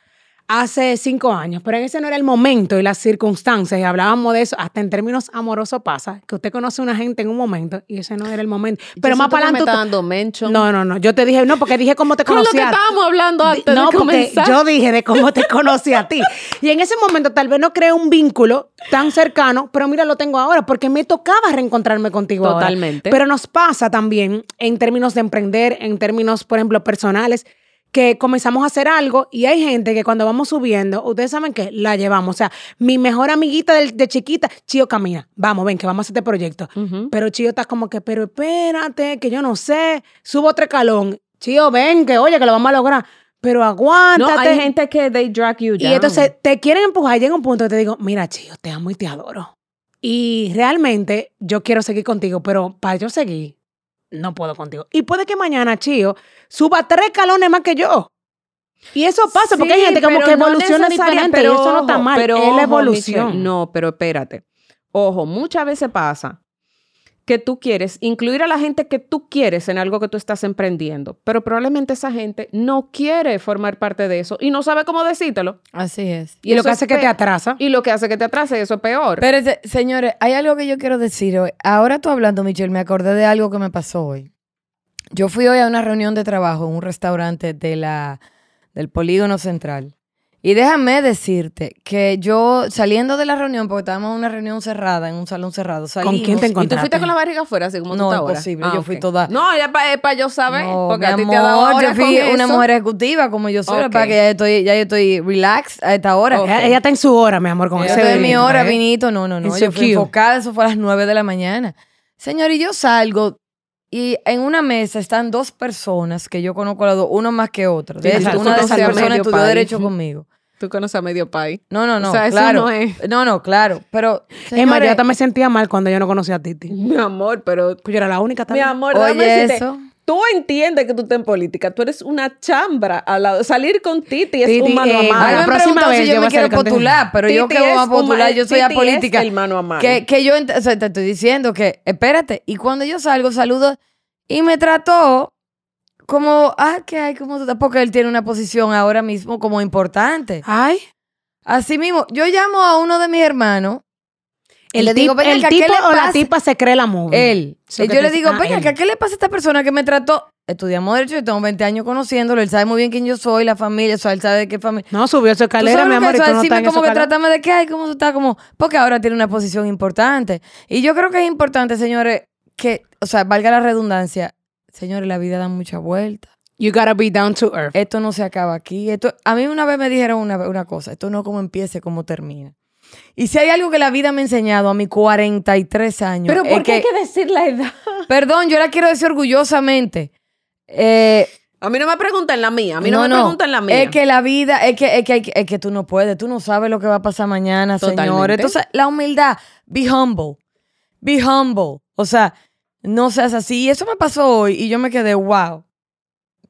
[SPEAKER 2] hace cinco años, pero en ese no era el momento y las circunstancias, y hablábamos de eso, hasta en términos amorosos pasa, que usted conoce a una gente en un momento y ese no era el momento. Pero más para
[SPEAKER 1] adelante.
[SPEAKER 2] adelante...
[SPEAKER 1] dando
[SPEAKER 2] tú-
[SPEAKER 1] mention.
[SPEAKER 2] No, no, no, yo te dije, no, porque dije cómo te
[SPEAKER 1] Con lo
[SPEAKER 2] conocí
[SPEAKER 1] que
[SPEAKER 2] a-
[SPEAKER 1] estábamos hablando
[SPEAKER 2] Di-
[SPEAKER 1] antes de
[SPEAKER 2] no, porque
[SPEAKER 1] comenzar.
[SPEAKER 2] yo dije de cómo te conocí a ti. Y en ese momento tal vez no creé un vínculo tan cercano, pero mira, lo tengo ahora, porque me tocaba reencontrarme contigo ahora.
[SPEAKER 1] Totalmente.
[SPEAKER 2] Pero nos pasa también en términos de emprender, en términos, por ejemplo, personales, que comenzamos a hacer algo y hay gente que cuando vamos subiendo, ustedes saben que la llevamos. O sea, mi mejor amiguita del- de, chiquita, Chío camina, vamos, ven, que vamos a hacer este proyecto.
[SPEAKER 1] Ujú.
[SPEAKER 2] Pero Chío está como que, pero espérate, que yo no sé, subo otro calón. Chío, ven, que oye, que lo vamos a lograr. Pero
[SPEAKER 1] No,
[SPEAKER 2] aguántate.
[SPEAKER 1] hay gente que they drag you
[SPEAKER 2] y
[SPEAKER 1] down.
[SPEAKER 2] entonces te quieren empujar y llega un punto que te digo, mira, Chío, te amo y te adoro. Y realmente yo quiero seguir contigo, pero para yo seguir, no puedo contigo. Y puede que mañana, Chío, suba tres calones más que yo. Y eso pasa porque hay
[SPEAKER 1] Sí,
[SPEAKER 2] gente como
[SPEAKER 1] pero
[SPEAKER 2] que
[SPEAKER 1] no
[SPEAKER 2] evoluciona
[SPEAKER 1] necesariamente,
[SPEAKER 2] diferente y
[SPEAKER 1] pero
[SPEAKER 2] eso no está
[SPEAKER 1] ojo,
[SPEAKER 2] mal.
[SPEAKER 1] pero
[SPEAKER 2] es
[SPEAKER 1] ojo,
[SPEAKER 2] la evolución.
[SPEAKER 1] Michelle, no, pero espérate. Ojo, muchas veces pasa que tú quieres incluir a la gente que tú quieres en algo que tú estás emprendiendo, pero probablemente esa gente no quiere formar parte de eso y no sabe cómo decírtelo.
[SPEAKER 3] Así es.
[SPEAKER 2] Y, lo
[SPEAKER 1] eso
[SPEAKER 2] que hace
[SPEAKER 1] es
[SPEAKER 2] que te
[SPEAKER 1] pe-
[SPEAKER 2] atrasa.
[SPEAKER 1] Y lo que hace que te atrase, eso es peor.
[SPEAKER 3] Pero, se- señores, hay algo que yo quiero decir hoy. Ahora tú hablando, Michelle, me acordé de algo que me pasó hoy. Yo fui hoy a una reunión de trabajo en un restaurante de la, del Polígono Central. Y déjame decirte que yo, saliendo de la reunión, porque estábamos en una reunión cerrada, en un salón cerrado, salimos...
[SPEAKER 2] quién te
[SPEAKER 1] ¿Y tú fuiste
[SPEAKER 2] contrate.
[SPEAKER 1] con la barriga afuera, así como tú
[SPEAKER 3] No,
[SPEAKER 1] estás ahora? Ah,
[SPEAKER 3] imposible, yo fui
[SPEAKER 1] ok.
[SPEAKER 3] toda-
[SPEAKER 1] No, era para yo saber,
[SPEAKER 3] No,
[SPEAKER 1] porque
[SPEAKER 3] mi
[SPEAKER 1] a ti te ha dado
[SPEAKER 3] amor,
[SPEAKER 1] ahora
[SPEAKER 3] yo fui
[SPEAKER 1] con
[SPEAKER 3] una
[SPEAKER 1] eso.
[SPEAKER 3] mujer ejecutiva como yo soy,
[SPEAKER 1] Ok.
[SPEAKER 3] para que ya yo estoy, ya yo estoy relax a esta hora.
[SPEAKER 1] Ok.
[SPEAKER 2] Ella, ella está en su hora, mi amor, con
[SPEAKER 3] Yo
[SPEAKER 2] ese
[SPEAKER 3] estoy en mi
[SPEAKER 2] brinco,
[SPEAKER 3] hora,
[SPEAKER 2] ¿eh?
[SPEAKER 3] vinito. No, no, no.
[SPEAKER 2] It's
[SPEAKER 3] Yo
[SPEAKER 2] so
[SPEAKER 3] fui
[SPEAKER 2] cute.
[SPEAKER 3] enfocada, eso fue a las 9 de la mañana. Señor, y yo salgo y en una mesa están dos personas que yo conozco a las dos, uno más que otro. De
[SPEAKER 1] Sí,
[SPEAKER 3] hecho,
[SPEAKER 1] tú
[SPEAKER 3] una de esas
[SPEAKER 1] conoces a
[SPEAKER 3] personas
[SPEAKER 1] medio
[SPEAKER 3] estudió
[SPEAKER 1] país.
[SPEAKER 3] Derecho conmigo.
[SPEAKER 1] Tú conoces a medio país.
[SPEAKER 3] No, no, no.
[SPEAKER 1] O sea, eso
[SPEAKER 3] claro.
[SPEAKER 1] no es.
[SPEAKER 3] No, no, claro. Pero.
[SPEAKER 2] Emma, yo
[SPEAKER 3] señores,
[SPEAKER 2] hasta me sentía mal cuando yo no conocía a Titi.
[SPEAKER 1] Mi amor, pero
[SPEAKER 2] Pues yo era la única
[SPEAKER 1] Mi
[SPEAKER 2] también.
[SPEAKER 1] amor,
[SPEAKER 3] Oye,
[SPEAKER 1] déjame decirte,
[SPEAKER 3] eso.
[SPEAKER 1] tú entiendes que tú estás en política, tú eres una chambra. al lado. Salir con Titi es
[SPEAKER 2] Titi,
[SPEAKER 1] un mano a
[SPEAKER 2] eh,
[SPEAKER 1] mano.
[SPEAKER 3] a
[SPEAKER 2] la
[SPEAKER 3] mí me
[SPEAKER 2] próxima
[SPEAKER 3] preguntaron
[SPEAKER 2] vez
[SPEAKER 3] si yo
[SPEAKER 2] yo voy
[SPEAKER 3] me
[SPEAKER 2] a ser
[SPEAKER 3] quiero
[SPEAKER 2] cantante.
[SPEAKER 3] postular, pero yo
[SPEAKER 1] Titi
[SPEAKER 3] que voy a
[SPEAKER 1] es un
[SPEAKER 3] postular,
[SPEAKER 1] ma-
[SPEAKER 3] yo soy
[SPEAKER 1] Titi es
[SPEAKER 3] apolítica.
[SPEAKER 1] el mano a mano.
[SPEAKER 3] Que, que yo, ent- o sea, te estoy diciendo que, espérate, y cuando yo salgo, saludo, y me trató como, ah, que hay, como, porque él tiene una posición ahora mismo como importante.
[SPEAKER 2] Ay,
[SPEAKER 3] Así mismo, yo llamo a uno de mis hermanos,
[SPEAKER 2] el,
[SPEAKER 3] le digo,
[SPEAKER 2] tip-
[SPEAKER 3] "Ven
[SPEAKER 2] el
[SPEAKER 3] acá, ¿qué
[SPEAKER 2] tipo
[SPEAKER 3] le
[SPEAKER 2] o la
[SPEAKER 3] pasa?"
[SPEAKER 2] tipa se cree la movie.
[SPEAKER 3] él,
[SPEAKER 2] Eso
[SPEAKER 3] y
[SPEAKER 2] que
[SPEAKER 3] yo le
[SPEAKER 2] te-
[SPEAKER 3] digo,
[SPEAKER 2] ah,
[SPEAKER 3] venga,
[SPEAKER 2] él.
[SPEAKER 3] ¿qué, ¿qué le pasa a esta persona que me trató? Estudiamos derecho, yo tengo 20 años conociéndolo, él sabe muy bien quién yo soy, la familia, o sea, él sabe de qué familia.
[SPEAKER 2] No, subió su
[SPEAKER 3] Tú
[SPEAKER 2] escalera,
[SPEAKER 3] sabes
[SPEAKER 2] mi
[SPEAKER 3] lo que
[SPEAKER 2] amor, y
[SPEAKER 3] eso
[SPEAKER 2] tú
[SPEAKER 3] es,
[SPEAKER 2] no
[SPEAKER 3] decirme
[SPEAKER 2] estás en
[SPEAKER 3] como
[SPEAKER 2] esa
[SPEAKER 3] que
[SPEAKER 2] escalera.
[SPEAKER 3] trátame de qué, ay, cómo tú estás, como, porque ahora tiene una posición importante. Y yo creo que es importante, señores, que, o sea, valga la redundancia, señores, la vida da mucha vuelta.
[SPEAKER 2] You gotta be down to earth.
[SPEAKER 3] Esto no se acaba aquí. Esto, a mí una vez me dijeron una, una cosa, esto no es como empieza, como termina. Y si hay algo que la vida me ha enseñado a mis 43 años,
[SPEAKER 1] Pero
[SPEAKER 3] es
[SPEAKER 1] ¿por qué hay eh, que decir la edad?
[SPEAKER 3] perdón, yo la quiero decir orgullosamente. Eh,
[SPEAKER 1] A mí no me preguntan la mía, a mí no, me preguntan la mía.
[SPEAKER 3] es que la vida, es que, es, que, hay que- es que tú no puedes, tú no sabes lo que va a pasar mañana, señores.
[SPEAKER 1] Totalmente.
[SPEAKER 3] Entonces, la humildad, be humble, be humble. O sea, no seas así. Y eso me pasó hoy y yo me quedé, wow.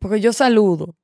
[SPEAKER 3] Porque yo saludo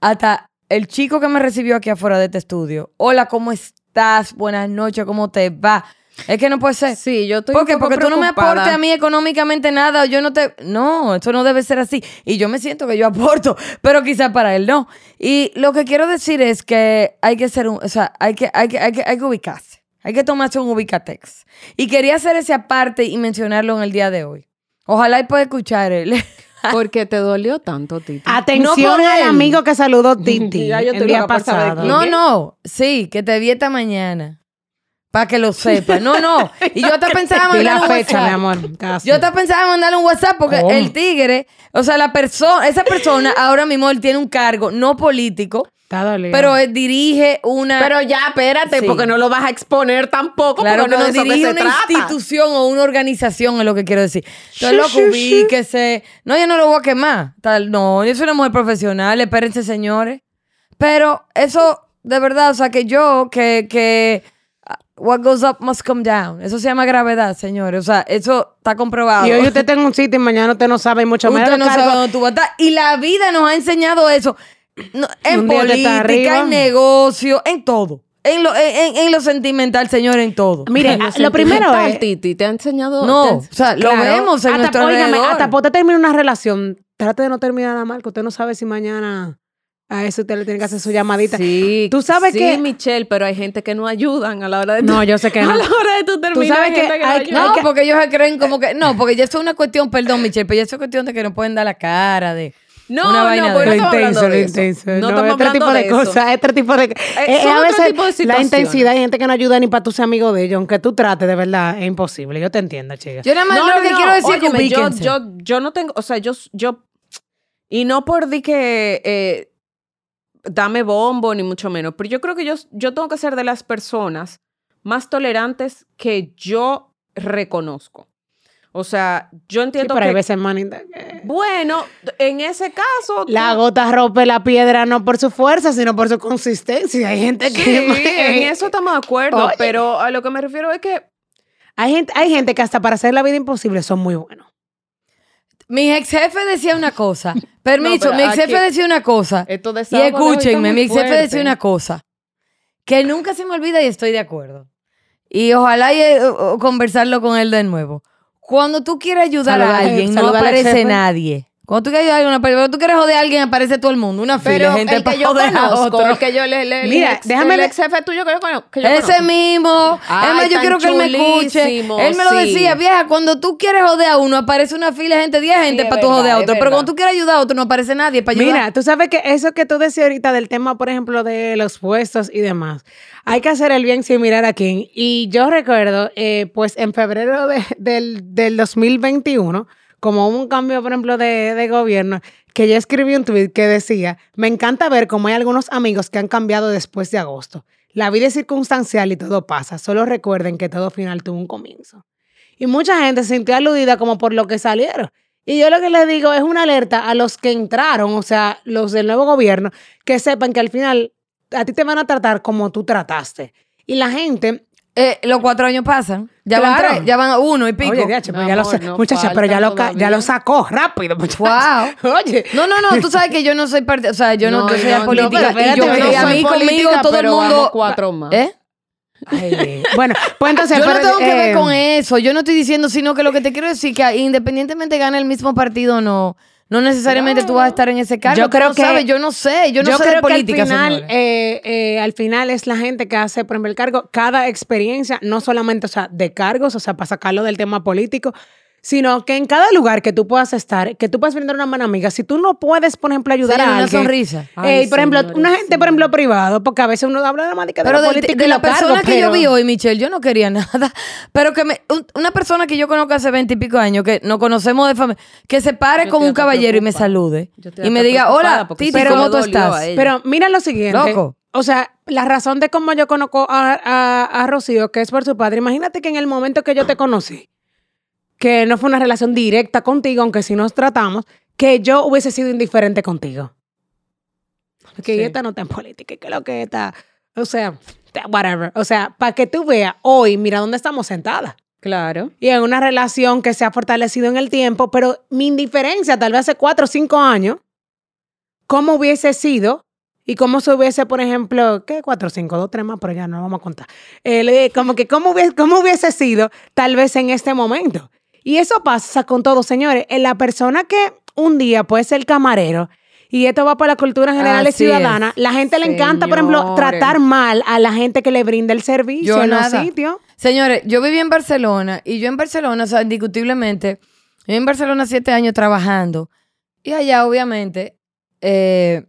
[SPEAKER 3] hasta el chico que me recibió aquí afuera de este estudio. Hola, ¿cómo estás? Buenas noches, ¿cómo te va? Es que no puede ser.
[SPEAKER 1] sí, yo estoy
[SPEAKER 3] ¿Por qué?
[SPEAKER 1] un poco
[SPEAKER 3] Porque tú no me
[SPEAKER 1] preocupada.
[SPEAKER 3] aportes a mí económicamente nada, o yo no te... No, esto no debe ser así. Y yo me siento que yo aporto, pero quizás para él no. Y lo que quiero decir es que hay que ser un... O sea, hay que, hay que, hay que, hay que ubicarse. Hay que tomarse un ubicatex. Y quería hacer ese aparte y mencionarlo en el día de hoy. Ojalá él pueda escuchar él.
[SPEAKER 1] Porque te dolió tanto, Titi.
[SPEAKER 3] No
[SPEAKER 2] Atención
[SPEAKER 3] por
[SPEAKER 2] al
[SPEAKER 3] él.
[SPEAKER 2] amigo que saludó Titi
[SPEAKER 1] Ya yo
[SPEAKER 2] el
[SPEAKER 1] estoy
[SPEAKER 2] día
[SPEAKER 1] loca por saber
[SPEAKER 2] pasado.
[SPEAKER 1] quién
[SPEAKER 3] No,
[SPEAKER 1] ¿Qué?
[SPEAKER 3] no. Sí, que te vi esta mañana. Para que lo sepa. No, no. Y yo hasta pensaba
[SPEAKER 2] Di la
[SPEAKER 3] mandarle un
[SPEAKER 2] fecha, mi
[SPEAKER 3] WhatsApp.
[SPEAKER 2] amor. Casi.
[SPEAKER 3] Yo hasta pensaba mandarle un WhatsApp porque
[SPEAKER 2] ¿Cómo?
[SPEAKER 3] el tigre, o sea, la persona, esa persona ahora mismo él tiene un cargo no político,
[SPEAKER 2] Está dolido.
[SPEAKER 3] pero él dirige una.
[SPEAKER 1] Pero ya, espérate,
[SPEAKER 3] Sí.
[SPEAKER 1] porque no lo vas a exponer tampoco.
[SPEAKER 3] Claro
[SPEAKER 1] porque
[SPEAKER 3] que
[SPEAKER 1] no
[SPEAKER 3] no
[SPEAKER 1] es de eso que
[SPEAKER 3] dirige
[SPEAKER 1] se
[SPEAKER 3] una
[SPEAKER 1] trata.
[SPEAKER 3] institución o una organización, es lo que quiero decir. Entonces,
[SPEAKER 2] Sí,
[SPEAKER 3] loco,
[SPEAKER 2] sí, sí.
[SPEAKER 3] ubíquese. No, yo no lo voy a quemar. Tal, no, yo soy una mujer profesional, espérense, señores. Pero eso, de verdad, o sea, que yo, que, que ah, what goes up must come down. Eso se llama gravedad, señores. O sea, eso está comprobado.
[SPEAKER 2] Y hoy usted está en un sitio y mañana usted no sabe y mucho menos.
[SPEAKER 3] Usted no
[SPEAKER 2] cargo.
[SPEAKER 3] sabe dónde tú vas a estar. Y la vida nos ha enseñado eso. No, en
[SPEAKER 2] Un día usted está
[SPEAKER 3] política,
[SPEAKER 2] arriba.
[SPEAKER 3] en negocio, en todo. En lo, en, en- en lo sentimental, señor, en todo.
[SPEAKER 2] Mire,
[SPEAKER 1] Lo
[SPEAKER 2] ah, lo primero
[SPEAKER 1] sentimental,
[SPEAKER 2] es...
[SPEAKER 1] Titi, te ha enseñado. te ha
[SPEAKER 3] No, o
[SPEAKER 1] ens-
[SPEAKER 3] sea, lo
[SPEAKER 2] Claro.
[SPEAKER 3] vemos en
[SPEAKER 2] hasta,
[SPEAKER 3] nuestro
[SPEAKER 2] óigame,
[SPEAKER 3] alrededor.
[SPEAKER 2] hasta para usted terminar una relación, trate de no terminarla mal, que usted no sabe si mañana a eso usted le tiene que hacer su llamadita.
[SPEAKER 1] Sí,
[SPEAKER 2] Tú sabes
[SPEAKER 1] sí,
[SPEAKER 2] que-
[SPEAKER 1] Michelle, pero hay gente que no ayudan a la hora de tu-
[SPEAKER 2] No, yo sé que no.
[SPEAKER 1] a la hora de tu terminar.
[SPEAKER 2] sabes
[SPEAKER 1] hay
[SPEAKER 2] que
[SPEAKER 1] gente no
[SPEAKER 2] hay-
[SPEAKER 1] ayuda.
[SPEAKER 3] no,
[SPEAKER 2] hay que-
[SPEAKER 3] porque ellos se creen como que... No, porque ya eso es una cuestión, perdón, Michelle, pero ya eso es cuestión de que no pueden dar la cara, de...
[SPEAKER 1] No,
[SPEAKER 3] una
[SPEAKER 1] no,
[SPEAKER 3] vaina
[SPEAKER 1] porque
[SPEAKER 3] de-
[SPEAKER 2] Lo
[SPEAKER 1] estamos hablando
[SPEAKER 2] intenso, lo
[SPEAKER 1] de eso.
[SPEAKER 2] intenso.
[SPEAKER 1] No
[SPEAKER 2] No,
[SPEAKER 1] estamos
[SPEAKER 2] otro
[SPEAKER 1] hablando
[SPEAKER 2] tipo
[SPEAKER 1] de
[SPEAKER 2] de,
[SPEAKER 1] eso.
[SPEAKER 2] cosas, otro tipo de... Eh,
[SPEAKER 1] son
[SPEAKER 2] a
[SPEAKER 1] otro
[SPEAKER 2] veces
[SPEAKER 1] tipo de
[SPEAKER 2] la
[SPEAKER 1] situaciones.
[SPEAKER 2] intensidad hay gente que no ayuda ni para tus amigos de ellos, aunque tú trates, de verdad, es imposible. Yo te entiendo, chica.
[SPEAKER 3] Yo nada más lo que quiero decir
[SPEAKER 1] óyeme,
[SPEAKER 3] es que
[SPEAKER 1] yo,
[SPEAKER 3] ubíquense.
[SPEAKER 1] yo, yo no tengo, o sea, yo, yo, y no por di que eh, dame bombo, ni mucho menos, pero yo creo que yo, yo tengo que ser de las personas más tolerantes que yo reconozco. O sea, yo
[SPEAKER 2] Sí,
[SPEAKER 1] entiendo
[SPEAKER 2] pero hay
[SPEAKER 1] que,
[SPEAKER 2] veces, manita, que-
[SPEAKER 1] bueno, en ese caso...
[SPEAKER 2] La
[SPEAKER 1] tú-
[SPEAKER 2] gota rompe la piedra no por su fuerza, sino por su consistencia. Hay gente
[SPEAKER 1] Sí,
[SPEAKER 2] que...
[SPEAKER 1] en eso estamos de acuerdo,
[SPEAKER 2] Oye.
[SPEAKER 1] pero a lo que me refiero es que
[SPEAKER 2] Hay gente, hay gente que hasta para hacer la vida imposible son muy buenos.
[SPEAKER 3] Mi ex jefe decía una cosa. Permiso,
[SPEAKER 1] pero
[SPEAKER 3] mi ex jefe
[SPEAKER 1] aquí-
[SPEAKER 3] decía una cosa.
[SPEAKER 1] esto de
[SPEAKER 3] Y
[SPEAKER 1] sábado está muy
[SPEAKER 3] escúchenme, mi ex jefe
[SPEAKER 1] fuerte.
[SPEAKER 3] decía una cosa que nunca se me olvida y estoy de acuerdo. Y ojalá y, eh, o- o conversarlo con él de nuevo. Cuando tú quieres ayudar
[SPEAKER 2] Saluda
[SPEAKER 3] a
[SPEAKER 2] al-
[SPEAKER 3] alguien, no
[SPEAKER 2] saluda al
[SPEAKER 3] aparece
[SPEAKER 2] jefe.
[SPEAKER 3] nadie. Cuando tú quieres ayudar a alguien, no aparece- cuando tú quieres joder a alguien, aparece todo el mundo. Una fila
[SPEAKER 1] Pero
[SPEAKER 3] de gente
[SPEAKER 1] el
[SPEAKER 3] para
[SPEAKER 1] que yo
[SPEAKER 3] joder a
[SPEAKER 1] conozco,
[SPEAKER 3] otro.
[SPEAKER 1] el que yo le, le- le-
[SPEAKER 2] Mira,
[SPEAKER 1] el ex-
[SPEAKER 2] déjame
[SPEAKER 1] el
[SPEAKER 2] ver-
[SPEAKER 1] ex jefe tuyo que yo conozco. que yo
[SPEAKER 3] Ese
[SPEAKER 1] conozco.
[SPEAKER 3] mismo.
[SPEAKER 1] Ay,
[SPEAKER 3] es más, yo
[SPEAKER 1] tan
[SPEAKER 3] quiero que él me escuche.
[SPEAKER 1] chulísimo,
[SPEAKER 3] Él me lo
[SPEAKER 1] sí.
[SPEAKER 3] decía, vieja, cuando tú quieres joder a uno, aparece una fila de gente, 10 gente
[SPEAKER 1] es
[SPEAKER 3] para tú joder a
[SPEAKER 1] verdad, es
[SPEAKER 3] otro. Pero
[SPEAKER 1] verdad.
[SPEAKER 3] cuando tú quieres ayudar a otro, no aparece nadie para ayudar.
[SPEAKER 2] Mira, tú sabes que eso que tú decías ahorita del tema, por ejemplo, de los puestos y demás, hay que hacer el bien sin mirar a quién. Y yo recuerdo, eh, pues en febrero de- del, del 2021, como hubo un cambio, por ejemplo, de, de gobierno, que yo escribí un tweet que decía, me encanta ver cómo hay algunos amigos que han cambiado después de agosto. La vida es circunstancial y todo pasa. Solo recuerden que todo final tuvo un comienzo. Y mucha gente se sintió aludida como por lo que salieron. Y yo lo que les digo es una alerta a los que entraron, o sea, los del nuevo gobierno, que sepan que al final a ti te van a tratar como tú trataste. Y la gente,
[SPEAKER 3] Eh, los cuatro años pasan. Ya van
[SPEAKER 2] Claro.
[SPEAKER 3] tres, ya van uno y pico.
[SPEAKER 2] oye, DH, pero
[SPEAKER 1] Mi
[SPEAKER 2] ya lo
[SPEAKER 1] amor,
[SPEAKER 2] sa-
[SPEAKER 1] no
[SPEAKER 2] muchacha, pero ya
[SPEAKER 1] faltan
[SPEAKER 2] lo, ca-
[SPEAKER 1] todavía.
[SPEAKER 2] ya lo sacó rápido, muchacha.
[SPEAKER 3] wow.
[SPEAKER 2] Oye,
[SPEAKER 3] No, no, no, tú sabes que yo no soy parte, o sea, yo no,
[SPEAKER 1] No,
[SPEAKER 3] yo soy
[SPEAKER 1] no,
[SPEAKER 3] la
[SPEAKER 1] no,
[SPEAKER 3] política.
[SPEAKER 2] pero
[SPEAKER 3] y yo,
[SPEAKER 2] espérate,
[SPEAKER 3] y a
[SPEAKER 2] no
[SPEAKER 3] mí
[SPEAKER 1] soy
[SPEAKER 3] conmigo
[SPEAKER 1] política,
[SPEAKER 3] todo el
[SPEAKER 1] pero
[SPEAKER 3] mundo.
[SPEAKER 1] vamos cuatro más.
[SPEAKER 3] ¿Eh?
[SPEAKER 2] Ay, bueno, pues entonces...
[SPEAKER 3] Yo no
[SPEAKER 2] pero,
[SPEAKER 3] tengo que ver
[SPEAKER 2] eh,
[SPEAKER 3] con eso. Yo no estoy diciendo, sino que lo que te quiero decir que independientemente gane el mismo partido o no, no necesariamente tú vas a estar en ese cargo.
[SPEAKER 2] Yo
[SPEAKER 3] Tú
[SPEAKER 2] creo
[SPEAKER 3] no
[SPEAKER 2] que-
[SPEAKER 3] sabes, yo no sé, yo no sé de política,
[SPEAKER 2] que al final,
[SPEAKER 3] señores.
[SPEAKER 2] eh, eh, al final es la gente que hace, por ejemplo, el cargo, cada experiencia, no solamente, o sea, de cargos, o sea, para sacarlo del tema político, sino que en cada lugar que tú puedas estar, que tú puedas brindar una mano amiga, si tú no puedes, por ejemplo, ayudar
[SPEAKER 3] Señor,
[SPEAKER 2] a
[SPEAKER 3] una
[SPEAKER 2] alguien.
[SPEAKER 3] sonrisa.
[SPEAKER 1] Ay,
[SPEAKER 2] eh, y, por ejemplo,
[SPEAKER 1] señores,
[SPEAKER 2] una gente, por ejemplo, privado, porque a veces uno habla de la mática de
[SPEAKER 3] Pero
[SPEAKER 2] la
[SPEAKER 3] del- de,
[SPEAKER 2] política y
[SPEAKER 3] la
[SPEAKER 2] los cargos,
[SPEAKER 3] persona que yo
[SPEAKER 2] pero-
[SPEAKER 3] vi hoy, Michelle, yo no quería nada. Pero que me, un- una persona que yo conozco hace veintipico años, que no conocemos de familia, que se pare
[SPEAKER 1] Yo
[SPEAKER 3] como
[SPEAKER 1] estoy
[SPEAKER 3] un
[SPEAKER 1] hasta
[SPEAKER 3] caballero y me
[SPEAKER 1] preocupada.
[SPEAKER 3] salude.
[SPEAKER 1] Yo estoy
[SPEAKER 3] Y me
[SPEAKER 1] hasta
[SPEAKER 3] diga,
[SPEAKER 1] preocupada
[SPEAKER 3] hola,
[SPEAKER 1] porque
[SPEAKER 3] Titi,
[SPEAKER 1] sí le
[SPEAKER 3] ¿cómo tú
[SPEAKER 1] dolió a
[SPEAKER 3] estás?
[SPEAKER 1] ella.
[SPEAKER 2] Pero mira lo siguiente.
[SPEAKER 3] Loco.
[SPEAKER 2] O sea, la razón de cómo yo conozco a, a- a Rocío, que es por su padre, imagínate que en el momento que yo te conocí, que no fue una relación directa contigo, aunque sí nos tratamos, que yo hubiese sido indiferente contigo. Que
[SPEAKER 1] Sí.
[SPEAKER 2] esta no está en política, que lo que está, o sea, ta- whatever. O sea, para que tú veas hoy, mira dónde estamos sentadas.
[SPEAKER 1] Claro.
[SPEAKER 2] Y en una relación que se ha fortalecido en el tiempo, pero mi indiferencia, tal vez hace cuatro o cinco años, ¿cómo hubiese sido? Y cómo se hubiese, por ejemplo, ¿qué? Cuatro, cinco, dos, tres más, pero ya no lo vamos a contar. Eh, le- como que, ¿cómo hubiese, ¿cómo hubiese sido tal vez en este momento? Y eso pasa con todos, señores. En la persona que un día puede ser camarero, y esto va para la cultura general
[SPEAKER 3] Así
[SPEAKER 2] y
[SPEAKER 3] es.
[SPEAKER 2] ciudadana, la gente le encanta, por ejemplo,
[SPEAKER 1] Señores.
[SPEAKER 2] tratar mal a la gente que le brinda el servicio
[SPEAKER 3] Yo
[SPEAKER 2] en
[SPEAKER 3] nada.
[SPEAKER 2] los sitios.
[SPEAKER 3] Señores, yo viví en Barcelona y yo en Barcelona, o sea, indiscutiblemente, yo viví en Barcelona siete años trabajando y allá obviamente eh,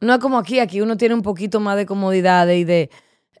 [SPEAKER 3] no es como aquí, aquí uno tiene un poquito más de comodidades y de...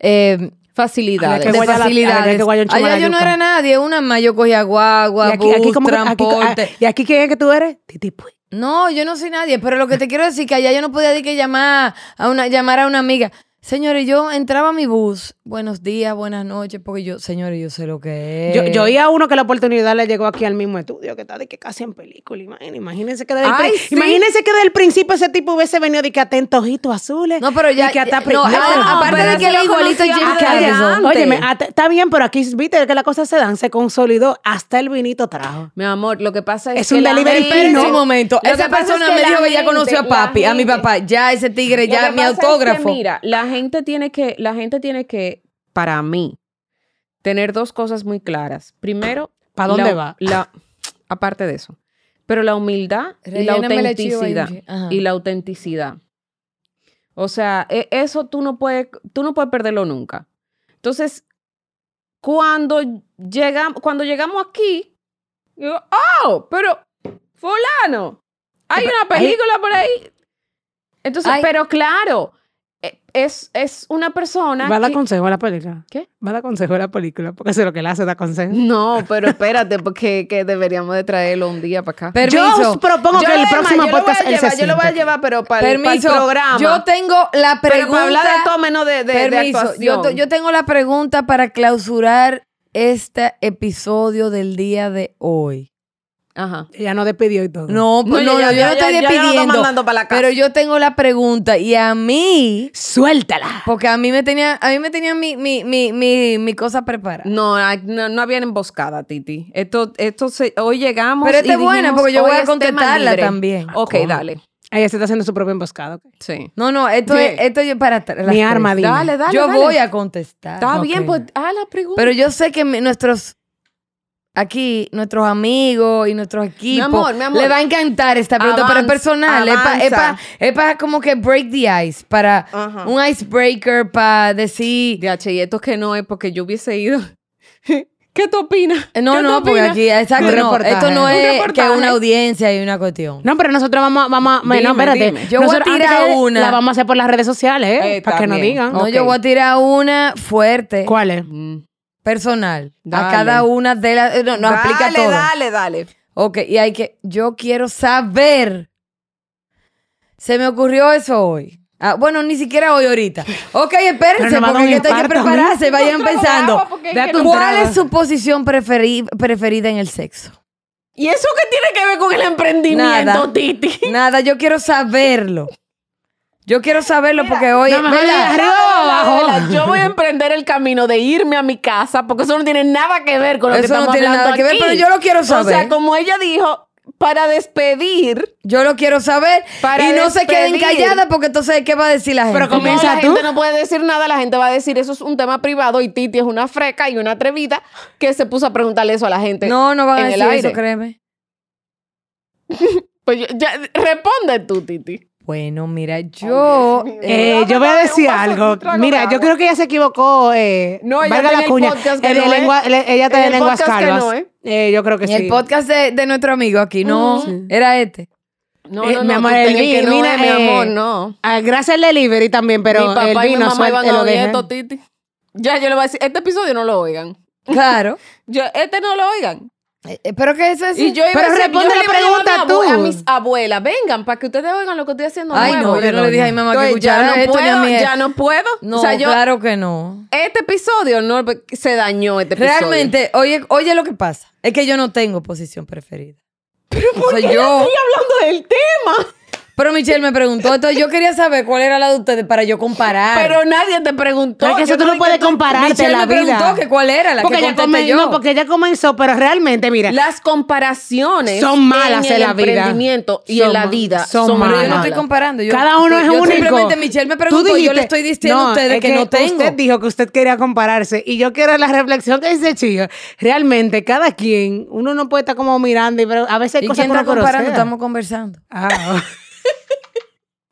[SPEAKER 3] eh,
[SPEAKER 1] facilidades.
[SPEAKER 2] Ay,
[SPEAKER 3] de
[SPEAKER 2] que guaya la-
[SPEAKER 3] facilidades.
[SPEAKER 2] ay, que guaya un chuma
[SPEAKER 3] Allá yo no
[SPEAKER 2] yuca.
[SPEAKER 3] era nadie, una más yo cogía guagua, bus, transporte.
[SPEAKER 2] ah, ¿Y aquí quién es que tú eres? Titi Puig.
[SPEAKER 3] No, yo no soy nadie, pero lo que te quiero decir que allá yo no podía decir que llamar a una, llamar a una amiga. Señores, yo entraba a mi bus, buenos días, buenas noches, porque yo, señores, yo sé lo que es.
[SPEAKER 2] Yo, yo oí a uno que la oportunidad le llegó aquí al mismo estudio, que está de que casi en película. Imagínense, imagínense que desde, el,
[SPEAKER 1] Ay,
[SPEAKER 2] pri-
[SPEAKER 1] sí.
[SPEAKER 2] imagínense que desde el principio ese tipo hubiese venido de que atento ojitos azules.
[SPEAKER 3] No, pero ya-
[SPEAKER 2] y que hasta
[SPEAKER 3] no,
[SPEAKER 2] pri-
[SPEAKER 3] ah,
[SPEAKER 2] pero-
[SPEAKER 3] aparte
[SPEAKER 2] pero
[SPEAKER 3] de que
[SPEAKER 2] eso
[SPEAKER 3] él
[SPEAKER 2] lo
[SPEAKER 3] igualito
[SPEAKER 2] conocía
[SPEAKER 3] Jim
[SPEAKER 2] hasta
[SPEAKER 3] Carrey.
[SPEAKER 2] allá.
[SPEAKER 1] Antes.
[SPEAKER 2] Óyeme, hasta- está bien, pero aquí viste que las cosas se dan, se consolidó, hasta el vinito trajo.
[SPEAKER 1] Mi amor, lo que pasa es,
[SPEAKER 2] Es
[SPEAKER 1] que
[SPEAKER 2] un
[SPEAKER 1] la
[SPEAKER 2] delivery
[SPEAKER 1] gente-
[SPEAKER 3] Espérense
[SPEAKER 2] fino.
[SPEAKER 3] un momento.
[SPEAKER 1] Lo
[SPEAKER 3] Esa
[SPEAKER 1] que pasa es
[SPEAKER 3] persona
[SPEAKER 1] que
[SPEAKER 3] me
[SPEAKER 1] la
[SPEAKER 3] dijo que ya
[SPEAKER 1] gente-
[SPEAKER 3] conoció a
[SPEAKER 1] la
[SPEAKER 3] papi, a mi
[SPEAKER 1] gente-
[SPEAKER 3] papá. Ya ese tigre,
[SPEAKER 1] Lo
[SPEAKER 3] ya
[SPEAKER 1] que
[SPEAKER 3] mi
[SPEAKER 1] pasa es que,
[SPEAKER 3] autógrafo.
[SPEAKER 1] mira, la gente tiene que, la gente tiene que, para mí, tener dos cosas muy claras. Primero,
[SPEAKER 2] ¿Para dónde
[SPEAKER 1] la-
[SPEAKER 2] va?
[SPEAKER 1] la- aparte de eso. Pero la humildad y la
[SPEAKER 3] Relléname la chiva y-
[SPEAKER 1] autenticidad.
[SPEAKER 3] ajá.
[SPEAKER 2] Ah.
[SPEAKER 1] y la autenticidad. O sea, e- eso tú no puedes, tú no puedes perderlo nunca. Entonces, cuando llegamos, cuando llegamos aquí, digo, oh, pero fulano, hay una película por ahí. Entonces,
[SPEAKER 3] Ay.
[SPEAKER 1] pero claro, e- es, es una persona.
[SPEAKER 2] Va a dar
[SPEAKER 1] que-
[SPEAKER 2] consejo a la película.
[SPEAKER 1] ¿Qué?
[SPEAKER 2] Va a dar consejo a la película, porque eso es lo que le hace, da consejo.
[SPEAKER 1] No, pero espérate, porque que deberíamos de traerlo un día para acá.
[SPEAKER 2] Yo
[SPEAKER 3] Permiso.
[SPEAKER 2] os propongo
[SPEAKER 1] Yo
[SPEAKER 2] que el
[SPEAKER 1] lo voy a-
[SPEAKER 2] próximo
[SPEAKER 1] yo lo voy a
[SPEAKER 2] podcast él se
[SPEAKER 1] llevar, Yo lo voy a
[SPEAKER 2] siente.
[SPEAKER 1] llevar, pero para el, para el
[SPEAKER 3] Permiso.
[SPEAKER 1] programa.
[SPEAKER 3] Yo tengo la
[SPEAKER 1] Pero para hablar de todo
[SPEAKER 3] pregunta.
[SPEAKER 1] menos de, de, de
[SPEAKER 3] Permiso. Yo,
[SPEAKER 1] actuación.
[SPEAKER 3] to- yo tengo la pregunta para clausurar este episodio del día de hoy.
[SPEAKER 1] Ajá.
[SPEAKER 2] Ya no despidió y todo.
[SPEAKER 3] No, pues, no, no, yo no estoy despidiendo.
[SPEAKER 1] para la
[SPEAKER 3] Pero yo tengo la pregunta y a mí,
[SPEAKER 2] Suéltala.
[SPEAKER 3] porque a mí me tenía, a mí me tenía mi, mi, mi, mi, mi cosa preparada.
[SPEAKER 1] No, ay, no, no había emboscada, Titi. Esto, esto se- hoy llegamos.
[SPEAKER 3] Pero esta
[SPEAKER 1] y
[SPEAKER 3] es buena,
[SPEAKER 1] dijimos,
[SPEAKER 3] porque yo
[SPEAKER 1] hoy
[SPEAKER 3] voy
[SPEAKER 1] es
[SPEAKER 3] a
[SPEAKER 1] tema
[SPEAKER 3] contestarla
[SPEAKER 1] libre.
[SPEAKER 3] también.
[SPEAKER 1] Ok,
[SPEAKER 2] ¿Cómo?
[SPEAKER 1] dale.
[SPEAKER 2] Ella se está haciendo su propio emboscado.
[SPEAKER 1] Sí.
[SPEAKER 3] No, no, esto
[SPEAKER 1] Bien.
[SPEAKER 3] es, esto es para tra- las
[SPEAKER 2] Mi
[SPEAKER 3] tres.
[SPEAKER 2] arma, dime.
[SPEAKER 1] Dale, dale.
[SPEAKER 3] yo
[SPEAKER 1] dale.
[SPEAKER 3] voy a contestar.
[SPEAKER 1] Está
[SPEAKER 2] Ok.
[SPEAKER 1] bien, pues. Ah, la pregunta.
[SPEAKER 3] Pero yo sé que mi- nuestros aquí, nuestros amigos y nuestros equipos
[SPEAKER 1] amor, mi amor.
[SPEAKER 3] le va a encantar esta pregunta, pero
[SPEAKER 1] Avanza,
[SPEAKER 3] es personal, es para
[SPEAKER 1] avanza.
[SPEAKER 3] como que break the ice, para
[SPEAKER 1] Ajá.
[SPEAKER 3] un icebreaker para decir
[SPEAKER 1] DH, y esto que no es porque yo hubiese ido. ¿Qué tú opinas?
[SPEAKER 3] No,
[SPEAKER 1] ¿Qué tú
[SPEAKER 3] no, porque
[SPEAKER 1] opinas?
[SPEAKER 3] aquí, exacto,
[SPEAKER 2] Un
[SPEAKER 3] no,
[SPEAKER 2] reportaje.
[SPEAKER 3] esto no
[SPEAKER 2] Un
[SPEAKER 3] es que
[SPEAKER 1] reportaje.
[SPEAKER 3] una audiencia y una cuestión.
[SPEAKER 2] No, pero nosotros vamos a. Vamos a no,
[SPEAKER 1] Dime,
[SPEAKER 2] espérate.
[SPEAKER 1] dime.
[SPEAKER 3] Yo voy a
[SPEAKER 2] Nosotros antes
[SPEAKER 3] tirar
[SPEAKER 2] que-
[SPEAKER 3] una.
[SPEAKER 2] La vamos a hacer por las redes sociales, ¿eh?
[SPEAKER 1] Eh,
[SPEAKER 2] para que nos
[SPEAKER 1] también.
[SPEAKER 2] digan.
[SPEAKER 3] No,
[SPEAKER 1] Ok.
[SPEAKER 3] yo voy a tirar una fuerte,
[SPEAKER 2] ¿Cuál es?
[SPEAKER 1] Mm.
[SPEAKER 3] personal, a
[SPEAKER 1] Dale.
[SPEAKER 3] cada una de las... eh, No, no aplica
[SPEAKER 1] dale,
[SPEAKER 3] todo.
[SPEAKER 1] dale, dale.
[SPEAKER 3] Ok, y hay que... Yo quiero saber. Se me ocurrió eso hoy. Ah, bueno, ni siquiera hoy ahorita. Ok, espérense,
[SPEAKER 2] Pero no va a dar
[SPEAKER 3] porque
[SPEAKER 2] un
[SPEAKER 3] esto hay que
[SPEAKER 2] infarto a mí.
[SPEAKER 3] prepararse, vayan
[SPEAKER 1] ¿eh? No, no,
[SPEAKER 3] pensando.
[SPEAKER 1] bravo, porque es
[SPEAKER 2] Date
[SPEAKER 1] que
[SPEAKER 2] un
[SPEAKER 1] no-
[SPEAKER 3] ¿Cuál
[SPEAKER 2] trago.
[SPEAKER 3] es su posición preferi- preferida en el sexo?
[SPEAKER 1] ¿Y eso qué tiene que ver con el emprendimiento,
[SPEAKER 3] Nada.
[SPEAKER 1] Titi?
[SPEAKER 3] Nada, yo quiero saberlo. Yo quiero saberlo porque hoy.
[SPEAKER 2] no, mejor
[SPEAKER 3] ¿verdad?
[SPEAKER 2] le agarré-
[SPEAKER 1] Vela,
[SPEAKER 2] abajo.
[SPEAKER 1] vela, Yo voy a emprender el camino de irme a mi casa porque eso no tiene nada que ver con lo que
[SPEAKER 3] Eso no
[SPEAKER 1] estamos
[SPEAKER 3] tiene
[SPEAKER 1] hablando
[SPEAKER 3] nada que ver,
[SPEAKER 1] aquí.
[SPEAKER 3] pero yo lo quiero
[SPEAKER 1] O sea,
[SPEAKER 3] saber.
[SPEAKER 1] como ella dijo, para despedir.
[SPEAKER 3] Yo lo quiero saber.
[SPEAKER 1] Para
[SPEAKER 3] y no se queden
[SPEAKER 1] despedir.
[SPEAKER 3] calladas porque entonces, ¿qué va a decir la gente?
[SPEAKER 2] Pero
[SPEAKER 1] Como
[SPEAKER 2] Comienza
[SPEAKER 1] la
[SPEAKER 2] tú.
[SPEAKER 1] gente no puede decir nada, la gente va a decir eso es un tema privado y Titi es una freca y una atrevida que se puso a preguntarle eso a la gente.
[SPEAKER 3] No, no van a
[SPEAKER 1] en el
[SPEAKER 3] decir
[SPEAKER 1] aire.
[SPEAKER 3] eso, créeme.
[SPEAKER 1] Pues yo- ya, responde tú, Titi.
[SPEAKER 3] Bueno, mira, yo.
[SPEAKER 1] Dios mío.
[SPEAKER 3] eh,
[SPEAKER 2] Eh,
[SPEAKER 1] Dame,
[SPEAKER 2] yo voy a
[SPEAKER 1] dame un
[SPEAKER 2] decir
[SPEAKER 1] vaso,
[SPEAKER 2] algo.
[SPEAKER 1] un trago de
[SPEAKER 2] Mira, yo
[SPEAKER 1] agua.
[SPEAKER 2] creo que ella se equivocó. Eh,
[SPEAKER 1] No, ella
[SPEAKER 2] valga
[SPEAKER 1] está
[SPEAKER 2] la
[SPEAKER 1] en el
[SPEAKER 2] cuña.
[SPEAKER 1] podcast que
[SPEAKER 2] Eh, de
[SPEAKER 1] no es.
[SPEAKER 2] lengua- le- ella está
[SPEAKER 1] En
[SPEAKER 2] de
[SPEAKER 1] el
[SPEAKER 2] lenguas
[SPEAKER 1] podcast que
[SPEAKER 2] calvas.
[SPEAKER 1] no es.
[SPEAKER 2] Eh, yo creo que
[SPEAKER 3] en
[SPEAKER 2] sí.
[SPEAKER 3] el podcast de, de nuestro amigo aquí, no.
[SPEAKER 1] Mm.
[SPEAKER 3] Era este.
[SPEAKER 1] No,
[SPEAKER 2] Eh,
[SPEAKER 1] no, no,
[SPEAKER 2] mi amor,
[SPEAKER 1] tú
[SPEAKER 2] el
[SPEAKER 1] tenés que
[SPEAKER 2] vino,
[SPEAKER 1] no,
[SPEAKER 2] mira,
[SPEAKER 1] eh, mi
[SPEAKER 2] eh,
[SPEAKER 1] amor, no.
[SPEAKER 2] Ah, gracias al delivery también, pero
[SPEAKER 1] mi papá
[SPEAKER 2] el
[SPEAKER 1] y mi
[SPEAKER 2] vino
[SPEAKER 1] mamá
[SPEAKER 2] suelta,
[SPEAKER 1] iban a
[SPEAKER 2] lo
[SPEAKER 1] oír
[SPEAKER 2] dejé.
[SPEAKER 1] esto, Titi. Ya, yo le voy a decir, este episodio no lo oigan.
[SPEAKER 3] Claro.
[SPEAKER 1] Yo, este no lo oigan.
[SPEAKER 3] Eh, eh, Pero que eso es.
[SPEAKER 1] Y yo iba
[SPEAKER 2] Pero
[SPEAKER 1] a decir-
[SPEAKER 2] responde
[SPEAKER 1] yo
[SPEAKER 2] la
[SPEAKER 1] le iba a llamar a
[SPEAKER 2] pregunta
[SPEAKER 1] mi abue-
[SPEAKER 2] tú.
[SPEAKER 1] A mis abuelas, vengan, para que ustedes oigan lo que estoy haciendo
[SPEAKER 3] Ay,
[SPEAKER 1] nuevo.
[SPEAKER 3] no, yo no le dije a mi mamá que
[SPEAKER 1] Entonces,
[SPEAKER 3] escuchara
[SPEAKER 1] ya no
[SPEAKER 3] esto ni a
[SPEAKER 1] puedo,
[SPEAKER 3] mi ex.
[SPEAKER 1] ya no puedo.
[SPEAKER 3] No,
[SPEAKER 1] o sea, yo,
[SPEAKER 3] claro que no.
[SPEAKER 1] este episodio no se dañó este episodio.
[SPEAKER 3] Realmente, oye, oye lo que pasa. Es que yo no tengo posición preferida.
[SPEAKER 1] Pero
[SPEAKER 3] O
[SPEAKER 1] ¿por
[SPEAKER 3] sea,
[SPEAKER 1] qué yo...
[SPEAKER 3] yo-
[SPEAKER 1] estoy hablando del tema?
[SPEAKER 3] Pero Michelle me preguntó, entonces yo quería saber cuál era la de ustedes para yo comparar.
[SPEAKER 1] Pero nadie te preguntó.
[SPEAKER 2] Ay, que eso
[SPEAKER 1] Yo
[SPEAKER 2] tú no
[SPEAKER 1] dije
[SPEAKER 2] puedes
[SPEAKER 1] que
[SPEAKER 2] compararte
[SPEAKER 3] Michelle me
[SPEAKER 2] la
[SPEAKER 3] preguntó
[SPEAKER 2] vida.
[SPEAKER 3] que cuál era la
[SPEAKER 2] Porque
[SPEAKER 3] que
[SPEAKER 2] ya
[SPEAKER 3] contesté
[SPEAKER 2] comen-
[SPEAKER 3] yo.
[SPEAKER 2] no, porque ya comenzó, pero realmente, mira.
[SPEAKER 1] Las comparaciones
[SPEAKER 2] Son malas en
[SPEAKER 1] el
[SPEAKER 2] la vida.
[SPEAKER 1] emprendimiento y
[SPEAKER 2] Son
[SPEAKER 1] en la
[SPEAKER 2] ma-
[SPEAKER 1] vida
[SPEAKER 2] son
[SPEAKER 1] son,
[SPEAKER 3] pero yo no
[SPEAKER 2] malas.
[SPEAKER 3] estoy comparando. yo-
[SPEAKER 2] Cada uno es
[SPEAKER 3] yo
[SPEAKER 2] único.
[SPEAKER 3] Simplemente Michelle me
[SPEAKER 2] Tú
[SPEAKER 3] preguntó, yo
[SPEAKER 2] dijiste-
[SPEAKER 3] le estoy diciendo
[SPEAKER 2] No,
[SPEAKER 3] a ustedes
[SPEAKER 2] es
[SPEAKER 3] que, no tengo.
[SPEAKER 2] Usted dijo que usted quería compararse y yo quiero la reflexión que dice Chío. Realmente, cada quien, uno no puede estar como mirando y pero a veces hay
[SPEAKER 3] ¿Y
[SPEAKER 2] cosas
[SPEAKER 3] quién
[SPEAKER 2] que uno
[SPEAKER 3] está comparando?
[SPEAKER 2] conoce.
[SPEAKER 3] Estamos conversando.
[SPEAKER 2] Ah.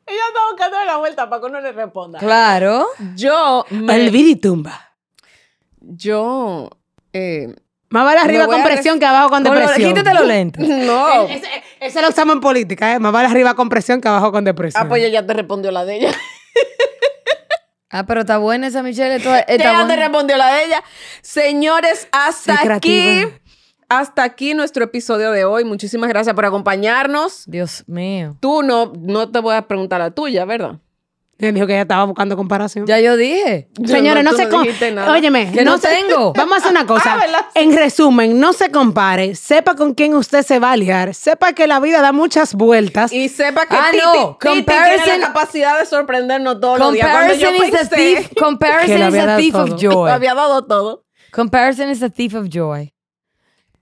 [SPEAKER 1] Ella está buscando la vuelta para que uno le responda.
[SPEAKER 3] Claro.
[SPEAKER 1] Yo me-
[SPEAKER 2] Olvida y tumba.
[SPEAKER 1] Yo. eh,
[SPEAKER 2] Más vale
[SPEAKER 1] Me
[SPEAKER 2] arriba
[SPEAKER 1] voy
[SPEAKER 2] con
[SPEAKER 1] a ref-
[SPEAKER 2] presión que abajo con
[SPEAKER 3] Con lo-
[SPEAKER 2] depresión.
[SPEAKER 3] quítate los lentes.
[SPEAKER 1] no.
[SPEAKER 2] Ese, ese lo usamos en
[SPEAKER 1] pues
[SPEAKER 2] política, ¿eh? Más vale arriba con presión que abajo con depresión.
[SPEAKER 1] Ah, pues ella ya te respondió la de ella.
[SPEAKER 3] Ah, pero está buena esa Michelle. Está, está
[SPEAKER 1] Ella te
[SPEAKER 3] buena.
[SPEAKER 1] respondió la de ella. Señores, hasta
[SPEAKER 2] Qué
[SPEAKER 1] aquí.
[SPEAKER 2] creativa.
[SPEAKER 1] Hasta aquí nuestro episodio de hoy. Muchísimas gracias por acompañarnos.
[SPEAKER 3] Dios mío.
[SPEAKER 1] Tú no, no te voy a preguntar la tuya, ¿verdad?
[SPEAKER 2] Él dijo que ella estaba buscando comparación.
[SPEAKER 3] Ya yo dije.
[SPEAKER 2] Señores, no,
[SPEAKER 1] tú
[SPEAKER 2] se com-
[SPEAKER 1] dijiste nada.
[SPEAKER 2] Óyeme,
[SPEAKER 3] Que no
[SPEAKER 2] se-
[SPEAKER 3] tengo.
[SPEAKER 2] Vamos a hacer una cosa.
[SPEAKER 1] Ah, ¿verdad?
[SPEAKER 2] en resumen, no se compare. Sepa con quién usted se va a liar. Sepa que la vida da muchas vueltas.
[SPEAKER 1] Y sepa que
[SPEAKER 3] Ah,
[SPEAKER 1] Titi,
[SPEAKER 3] no.
[SPEAKER 1] Titi tiene
[SPEAKER 3] Comparison-
[SPEAKER 1] la capacidad de sorprendernos todos los días. Cuando yo
[SPEAKER 3] Comparison is a
[SPEAKER 1] pensé-
[SPEAKER 3] thief.
[SPEAKER 2] Que
[SPEAKER 3] Comparison
[SPEAKER 2] le
[SPEAKER 3] is
[SPEAKER 2] había
[SPEAKER 3] a
[SPEAKER 2] dado
[SPEAKER 3] thief
[SPEAKER 2] todo.
[SPEAKER 3] of
[SPEAKER 1] Lo
[SPEAKER 3] joy.
[SPEAKER 1] había dado todo.
[SPEAKER 3] Comparison is a thief of joy.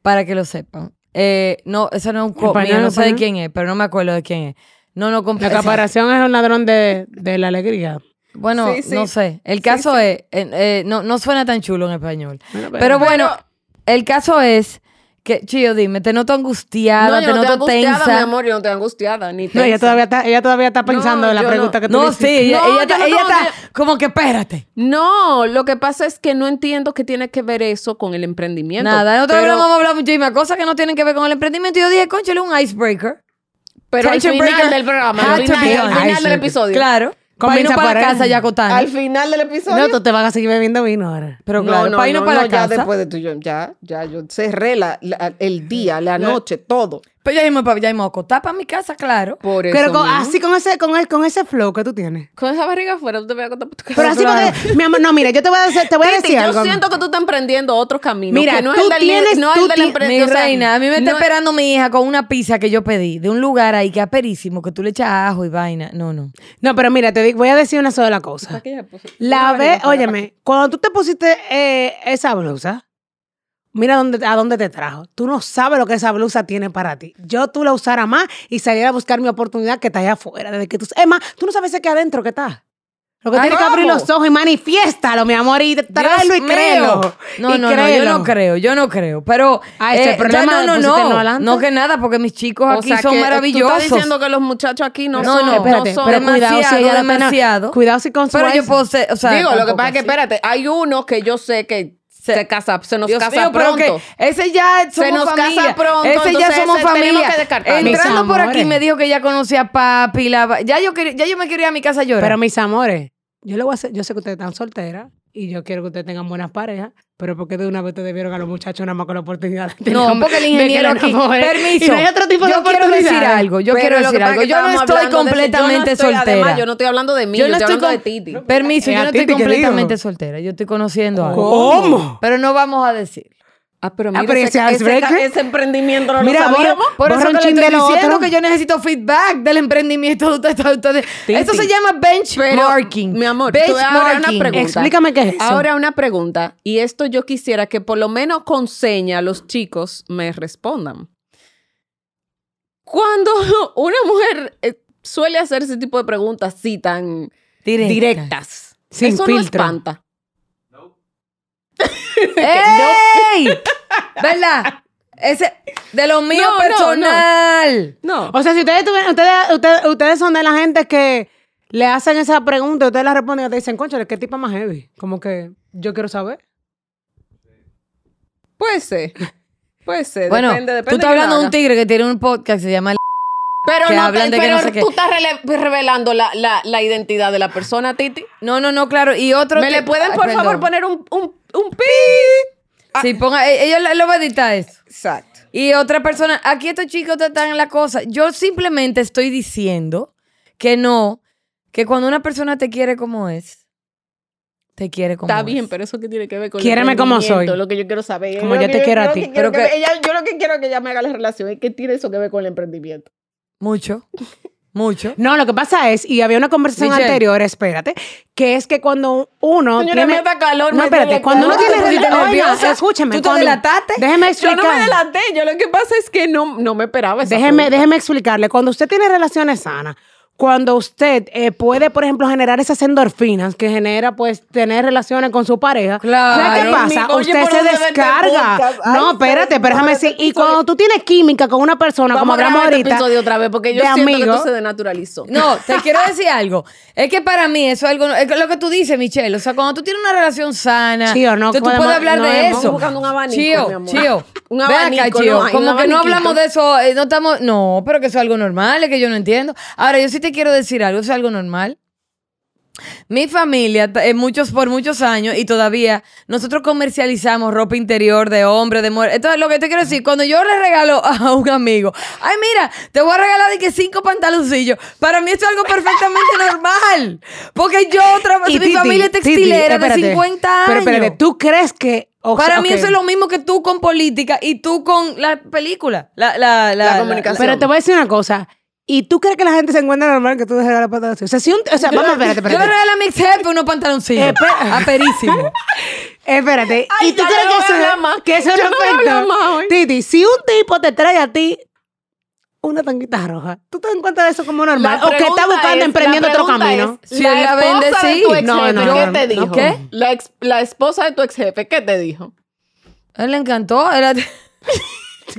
[SPEAKER 3] Para que lo sepan. Eh, no, eso no es un co-
[SPEAKER 2] Español,
[SPEAKER 3] mira, No sé de
[SPEAKER 2] español.
[SPEAKER 3] quién es, pero no me acuerdo de quién es. No, no
[SPEAKER 2] La
[SPEAKER 3] comparación.
[SPEAKER 2] comparación es un ladrón de, de la alegría.
[SPEAKER 3] Bueno,
[SPEAKER 1] Sí, sí.
[SPEAKER 3] no sé. El
[SPEAKER 1] Sí,
[SPEAKER 3] caso
[SPEAKER 1] sí.
[SPEAKER 3] es, eh, eh, no, no suena tan chulo en español.
[SPEAKER 2] Bueno,
[SPEAKER 3] pero,
[SPEAKER 2] pero-
[SPEAKER 3] bueno, el caso es que, Chío, dime, te noto
[SPEAKER 1] no,
[SPEAKER 3] angustiada, te
[SPEAKER 1] yo no
[SPEAKER 3] noto
[SPEAKER 1] estoy angustiada, mi
[SPEAKER 3] tensa.
[SPEAKER 1] amor. Yo no estoy angustiada, ni tensa.
[SPEAKER 2] No, ella todavía está, ella todavía está pensando en la
[SPEAKER 1] yo no.
[SPEAKER 2] pregunta que tú
[SPEAKER 3] no,
[SPEAKER 2] le
[SPEAKER 3] sí,
[SPEAKER 2] hiciste.
[SPEAKER 3] ella,
[SPEAKER 1] No,
[SPEAKER 3] ella
[SPEAKER 1] yo
[SPEAKER 3] está,
[SPEAKER 1] no
[SPEAKER 3] ella
[SPEAKER 1] tengo-
[SPEAKER 3] está como que espérate.
[SPEAKER 1] No, lo que pasa es que no entiendo qué tiene que ver eso con el emprendimiento.
[SPEAKER 3] Nada, nosotros
[SPEAKER 1] pero,
[SPEAKER 3] hablamos, hablamos muchísimas cosas que no tienen que ver con el emprendimiento. Y yo dije, conchale, un icebreaker.
[SPEAKER 1] pero al
[SPEAKER 3] Tension
[SPEAKER 1] final
[SPEAKER 3] breaker Ah,
[SPEAKER 1] del programa,
[SPEAKER 3] had
[SPEAKER 1] al
[SPEAKER 3] to
[SPEAKER 1] final,
[SPEAKER 3] be
[SPEAKER 1] al
[SPEAKER 3] on
[SPEAKER 1] final del
[SPEAKER 2] icebreaker.
[SPEAKER 1] episodio.
[SPEAKER 3] Claro. Para irnos
[SPEAKER 2] Comienza
[SPEAKER 3] para
[SPEAKER 2] por ahí.
[SPEAKER 3] casa ya Cotani.
[SPEAKER 1] Al final del episodio.
[SPEAKER 2] No, tú te vas a seguir bebiendo vino ahora.
[SPEAKER 3] Pero claro, para irnos para
[SPEAKER 1] ya
[SPEAKER 3] casa.
[SPEAKER 1] después de tu- yo- ya, ya, yo cerré la- la- el día, la noche, todo.
[SPEAKER 3] Pero Pues ya íbamos, pa- ya íbamos a acotar para mi casa, claro.
[SPEAKER 1] Por eso
[SPEAKER 2] Pero con-
[SPEAKER 1] mismo.
[SPEAKER 2] así con ese, con, el, con ese flow que tú tienes.
[SPEAKER 1] ah, Con esa barriga afuera, no te voy a contar por tu casa.
[SPEAKER 2] Pero así
[SPEAKER 3] Claro.
[SPEAKER 2] porque, mi amor, no, mira, yo te voy a decir, te voy a
[SPEAKER 1] Titi,
[SPEAKER 2] decir
[SPEAKER 1] yo
[SPEAKER 2] algo.
[SPEAKER 1] siento que tú estás emprendiendo otro camino.
[SPEAKER 2] Mira,
[SPEAKER 1] que no es
[SPEAKER 2] tú
[SPEAKER 1] el del,
[SPEAKER 2] tienes-
[SPEAKER 1] no es
[SPEAKER 2] tú
[SPEAKER 1] el del
[SPEAKER 2] ti-
[SPEAKER 1] empre-
[SPEAKER 3] Mi
[SPEAKER 1] o sea,
[SPEAKER 3] reina, a mí me está
[SPEAKER 1] no-
[SPEAKER 3] esperando mi hija con una pizza que yo pedí de un lugar ahí que es perísimo, que tú le echas ajo y vaina. No, no.
[SPEAKER 2] No, pero mira, te di- voy a decir una sola cosa. La vez, óyeme, cuando tú te pusiste eh, esa blusa, mira dónde, a dónde te trajo. Tú no sabes lo que esa blusa tiene para ti. Yo tú la usara más y saliera a buscar mi oportunidad que está allá afuera. Desde que tú, es más, tú no sabes qué adentro que está. Lo que
[SPEAKER 1] Ay,
[SPEAKER 2] tienes que abrir
[SPEAKER 1] ¿cómo?
[SPEAKER 2] los ojos y manifiéstalo, mi amor, y tráelo
[SPEAKER 3] Dios
[SPEAKER 2] y
[SPEAKER 3] mío.
[SPEAKER 2] créelo.
[SPEAKER 3] No,
[SPEAKER 2] Y
[SPEAKER 3] no,
[SPEAKER 2] créelo.
[SPEAKER 3] no, yo no creo, yo no creo. Pero. eh,
[SPEAKER 2] Ah, ese problema
[SPEAKER 3] ya, no,
[SPEAKER 2] del
[SPEAKER 3] no,
[SPEAKER 2] pusiste no
[SPEAKER 3] no.
[SPEAKER 2] adelante.
[SPEAKER 3] No que nada, porque mis chicos
[SPEAKER 1] O
[SPEAKER 3] aquí
[SPEAKER 1] sea, que eh,
[SPEAKER 3] son
[SPEAKER 1] tú
[SPEAKER 3] maravillosos.
[SPEAKER 1] estás diciendo que los muchachos aquí no,
[SPEAKER 3] No,
[SPEAKER 1] son.
[SPEAKER 3] no,
[SPEAKER 2] Espérate,
[SPEAKER 1] son-
[SPEAKER 2] pero cuidado si
[SPEAKER 3] demasiado,
[SPEAKER 2] ella la
[SPEAKER 3] demasiado.
[SPEAKER 2] pena, Cuidado si con su
[SPEAKER 3] pero yo
[SPEAKER 2] ex-
[SPEAKER 3] puedo ser. O sea,
[SPEAKER 1] Digo, lo que
[SPEAKER 3] tampoco
[SPEAKER 1] pasa es que,
[SPEAKER 3] así.
[SPEAKER 1] espérate, hay uno que yo sé que se, casa, se nos
[SPEAKER 3] Dios
[SPEAKER 1] casa
[SPEAKER 3] mío, pero
[SPEAKER 1] pronto.
[SPEAKER 3] que ese ya somos
[SPEAKER 1] nos casa
[SPEAKER 3] familia.
[SPEAKER 1] pronto,
[SPEAKER 3] Ese ya
[SPEAKER 1] entonces
[SPEAKER 3] somos
[SPEAKER 1] ese tenemos
[SPEAKER 3] familia.
[SPEAKER 1] que descartarlo.
[SPEAKER 3] Entrando
[SPEAKER 2] Mis
[SPEAKER 3] por aquí
[SPEAKER 2] amores.
[SPEAKER 3] me dijo que ya conocía a papi. la va- ya, yo quería- ya yo me quería ir a mi casa a llorar.
[SPEAKER 2] Pero mis amores, yo le voy a hacer, yo sé que ustedes están solteras y yo quiero que ustedes tengan buenas parejas, pero porque de una vez te debieron a los muchachos nada más con la oportunidad de tener
[SPEAKER 3] No,
[SPEAKER 2] un-
[SPEAKER 3] porque el
[SPEAKER 2] de que
[SPEAKER 3] ingeniero
[SPEAKER 2] le
[SPEAKER 3] aquí.
[SPEAKER 2] enamoren.
[SPEAKER 3] Permiso.
[SPEAKER 2] Y no hay otro tipo de
[SPEAKER 3] yo quiero decir
[SPEAKER 2] oportunidades.
[SPEAKER 3] algo. Yo
[SPEAKER 1] Pero
[SPEAKER 3] quiero
[SPEAKER 1] lo que
[SPEAKER 3] decir
[SPEAKER 1] pasa es
[SPEAKER 3] algo.
[SPEAKER 1] que
[SPEAKER 3] Yo no
[SPEAKER 1] estábamos
[SPEAKER 3] estoy
[SPEAKER 1] hablando de-
[SPEAKER 3] completamente
[SPEAKER 1] yo no estoy-
[SPEAKER 3] soltera.
[SPEAKER 1] Además, yo no estoy hablando de mí, yo,
[SPEAKER 3] Yo no
[SPEAKER 1] estoy
[SPEAKER 3] estoy
[SPEAKER 1] hablando
[SPEAKER 3] con-
[SPEAKER 1] de Titi.
[SPEAKER 3] Permiso,
[SPEAKER 2] Es
[SPEAKER 3] yo
[SPEAKER 2] Eh, a
[SPEAKER 3] no
[SPEAKER 2] ti
[SPEAKER 3] estoy
[SPEAKER 2] que te digo.
[SPEAKER 3] completamente soltera. Yo estoy conociendo algo.
[SPEAKER 2] ¿Cómo?
[SPEAKER 3] Pero no vamos a decir.
[SPEAKER 1] Ah, pero
[SPEAKER 2] Ah,
[SPEAKER 1] mira,
[SPEAKER 2] pero
[SPEAKER 1] ese,
[SPEAKER 2] ese
[SPEAKER 1] ca- ese
[SPEAKER 2] icebreaker.
[SPEAKER 1] ca- ese emprendimiento no
[SPEAKER 2] Mira,
[SPEAKER 1] lo
[SPEAKER 2] borra-
[SPEAKER 1] sabíamos.
[SPEAKER 3] Por
[SPEAKER 2] Borra
[SPEAKER 3] eso
[SPEAKER 2] un
[SPEAKER 3] que le
[SPEAKER 2] chin de
[SPEAKER 3] estoy
[SPEAKER 2] lo
[SPEAKER 3] diciendo
[SPEAKER 2] otro.
[SPEAKER 3] que yo necesito feedback del emprendimiento de ustedes. de ustedes. Eso se llama benchmarking.
[SPEAKER 1] mi amor, tú ahora una
[SPEAKER 3] benchmarking.
[SPEAKER 1] pregunta.
[SPEAKER 2] Explícame qué es eso.
[SPEAKER 1] Ahora una pregunta, y esto yo quisiera que por lo menos con seña los chicos me respondan. Cuando una mujer eh, suele hacer ese tipo de preguntas así tan
[SPEAKER 3] Directa.
[SPEAKER 1] directas,
[SPEAKER 2] Sin
[SPEAKER 1] eso no
[SPEAKER 2] filtro.
[SPEAKER 1] espanta.
[SPEAKER 3] ¡Ey! ¿Verdad? Ese, de lo mío
[SPEAKER 1] No, no,
[SPEAKER 3] personal.
[SPEAKER 1] No.
[SPEAKER 2] o sea, si ustedes, tuvieran- ustedes, ustedes, ustedes son de la gente que le hacen esa pregunta y ustedes la responden y te dicen, conchale, ¿qué tipo más heavy? Como que yo quiero saber.
[SPEAKER 1] Puede ser. Puede ser.
[SPEAKER 3] Bueno,
[SPEAKER 1] depende, depende
[SPEAKER 3] tú estás
[SPEAKER 1] de quién
[SPEAKER 3] hablando de
[SPEAKER 1] haga.
[SPEAKER 3] un tigre que tiene un podcast que se llama...
[SPEAKER 1] Pero,
[SPEAKER 3] que
[SPEAKER 1] no te-
[SPEAKER 3] hablan de que
[SPEAKER 1] pero
[SPEAKER 3] no sé qué.
[SPEAKER 1] tú estás rele- revelando la, la- la identidad de la persona, Titi.
[SPEAKER 3] No, no, no, claro. Y otro...
[SPEAKER 1] ¿Me
[SPEAKER 3] que-
[SPEAKER 1] le pueden,
[SPEAKER 3] Ay,
[SPEAKER 1] por
[SPEAKER 3] perdón.
[SPEAKER 1] favor, poner Ah. un, un, un pi?
[SPEAKER 3] Sí, ponga... eh, Ella lo- lo va a editar eso.
[SPEAKER 1] Exacto.
[SPEAKER 3] Y otra persona, aquí estos chicos te están en la cosa. Yo simplemente estoy diciendo que no, que cuando una persona te quiere como es, te quiere como
[SPEAKER 1] Está
[SPEAKER 3] es.
[SPEAKER 1] bien, pero eso que tiene que ver con el
[SPEAKER 2] Quiéreme como
[SPEAKER 1] emprendimiento,
[SPEAKER 2] soy.
[SPEAKER 1] Lo que yo quiero saber.
[SPEAKER 2] Como
[SPEAKER 1] Lo
[SPEAKER 2] yo
[SPEAKER 1] que
[SPEAKER 2] te quiero a
[SPEAKER 1] lo
[SPEAKER 2] ti.
[SPEAKER 1] que quiero
[SPEAKER 3] Pero
[SPEAKER 1] que
[SPEAKER 3] que-
[SPEAKER 1] ella- yo lo que quiero que ella me haga la relación es que tiene eso que ver con el emprendimiento.
[SPEAKER 3] Mucho, mucho.
[SPEAKER 2] No, lo que pasa es, y había una conversación
[SPEAKER 3] Michelle.
[SPEAKER 2] anterior, espérate, que es que cuando uno
[SPEAKER 1] Señora,
[SPEAKER 2] tiene...
[SPEAKER 1] me da calor,
[SPEAKER 2] no,
[SPEAKER 1] me
[SPEAKER 2] espérate,
[SPEAKER 1] duele
[SPEAKER 2] cuando uno
[SPEAKER 1] todo.
[SPEAKER 2] tiene...
[SPEAKER 1] Tú te pusiste
[SPEAKER 2] Oiga,
[SPEAKER 3] nerviosa,
[SPEAKER 2] escúchame.
[SPEAKER 3] tú te
[SPEAKER 2] cuando-
[SPEAKER 3] delataste.
[SPEAKER 2] Déjeme
[SPEAKER 1] Yo
[SPEAKER 2] explicar.
[SPEAKER 1] no me adelanté. Yo lo que pasa es que no, no me esperaba esa
[SPEAKER 2] Déjeme,
[SPEAKER 1] pregunta.
[SPEAKER 2] déjeme explicarle. Cuando usted tiene relaciones sanas, cuando usted eh, puede, por ejemplo, generar esas endorfinas que genera, pues, tener relaciones con su pareja.
[SPEAKER 3] Claro.
[SPEAKER 2] ¿sabe qué
[SPEAKER 3] Ay,
[SPEAKER 2] pasa?
[SPEAKER 1] mi- oye,
[SPEAKER 2] usted
[SPEAKER 1] ¿por
[SPEAKER 2] se
[SPEAKER 1] dónde ves este
[SPEAKER 2] descarga.
[SPEAKER 1] podcast? Ay,
[SPEAKER 2] no,
[SPEAKER 1] Dios,
[SPEAKER 2] espérate, pero déjame
[SPEAKER 1] este
[SPEAKER 2] decir. Y
[SPEAKER 1] episodio-
[SPEAKER 2] cuando tú tienes química con una persona, como
[SPEAKER 1] Vamos a
[SPEAKER 2] hablamos
[SPEAKER 1] grabar este
[SPEAKER 2] ahorita,
[SPEAKER 1] episodio otra vez porque yo
[SPEAKER 2] de
[SPEAKER 1] siento que
[SPEAKER 2] amigo,
[SPEAKER 1] esto se desnaturalizó.
[SPEAKER 3] No, te quiero decir algo. Es que para mí eso es algo, es lo que tú dices, Michelle. O sea, cuando tú tienes una relación sana,
[SPEAKER 2] Chío, no
[SPEAKER 3] tú, tú
[SPEAKER 2] podemos-
[SPEAKER 3] puedes hablar
[SPEAKER 2] no
[SPEAKER 3] de
[SPEAKER 2] hemos-
[SPEAKER 3] eso. oh,
[SPEAKER 1] buscando un abanico,
[SPEAKER 3] chío,
[SPEAKER 1] mi amor.
[SPEAKER 3] chío.
[SPEAKER 1] Un
[SPEAKER 3] Ven acá,
[SPEAKER 1] abanico,
[SPEAKER 3] chío.
[SPEAKER 1] no hay un
[SPEAKER 3] Como que
[SPEAKER 1] abaniquito.
[SPEAKER 3] no hablamos de eso, eh, no estamos, no, pero que eso es algo normal, es que yo no entiendo. Ahora, yo sí te quiero decir algo, eso es algo normal. Mi familia, ta- eh, muchos por muchos años y todavía, nosotros comercializamos ropa interior de hombre, de mujer. Entonces, lo que te quiero decir, cuando yo le regalo a un amigo, ay, mira, te voy a regalar de que cinco pantaloncillos. Para mí esto es algo perfectamente normal. Porque yo trabajo,
[SPEAKER 2] Y
[SPEAKER 3] mi
[SPEAKER 2] Titi,
[SPEAKER 3] familia es
[SPEAKER 2] Titi,
[SPEAKER 3] textilera
[SPEAKER 2] espérate.
[SPEAKER 3] de 50 años.
[SPEAKER 2] Pero espérate, ¿tú crees que... o
[SPEAKER 3] Para
[SPEAKER 2] sea,
[SPEAKER 3] mí
[SPEAKER 2] ok.
[SPEAKER 3] eso es lo mismo que tú con política y tú con la película, la, la,
[SPEAKER 1] La comunicación.
[SPEAKER 2] Pero te voy a decir una cosa. ¿Y tú crees que la gente se encuentra normal que tú dejes la patada así? O sea, si un... O sea, vamos, espérate,
[SPEAKER 3] Yo le
[SPEAKER 2] espérate.
[SPEAKER 3] regalé a mi ex jefe unos pantaloncillos.
[SPEAKER 2] Espera.
[SPEAKER 3] Aperísimo.
[SPEAKER 2] Espérate.
[SPEAKER 1] Ay,
[SPEAKER 2] ¿Y tú
[SPEAKER 1] ya,
[SPEAKER 2] crees
[SPEAKER 1] yo
[SPEAKER 2] que
[SPEAKER 1] no
[SPEAKER 2] eso,
[SPEAKER 1] voy a hablar más.
[SPEAKER 2] que eso
[SPEAKER 1] Yo no
[SPEAKER 2] no
[SPEAKER 1] voy a
[SPEAKER 2] afecta?
[SPEAKER 1] hablar más hoy.
[SPEAKER 2] Titi, si un tipo te trae a ti una tanguita roja, ¿tú te encuentras de eso como normal?
[SPEAKER 1] La
[SPEAKER 2] ¿O que está
[SPEAKER 1] pregunta
[SPEAKER 2] buscando
[SPEAKER 1] es-
[SPEAKER 2] emprendiendo
[SPEAKER 1] la
[SPEAKER 2] otro
[SPEAKER 1] pregunta
[SPEAKER 2] camino?
[SPEAKER 1] es,
[SPEAKER 3] Si él
[SPEAKER 1] la esposa
[SPEAKER 3] la vende,
[SPEAKER 1] de
[SPEAKER 3] sí.
[SPEAKER 1] tu ex
[SPEAKER 2] No,
[SPEAKER 1] jefe,
[SPEAKER 2] no,
[SPEAKER 1] ¿qué
[SPEAKER 2] no,
[SPEAKER 1] te
[SPEAKER 2] no.
[SPEAKER 1] dijo?
[SPEAKER 3] ¿Qué?
[SPEAKER 1] La, ex- la esposa de tu ex jefe, ¿qué te dijo?
[SPEAKER 3] A él le encantó. Era...
[SPEAKER 1] eh,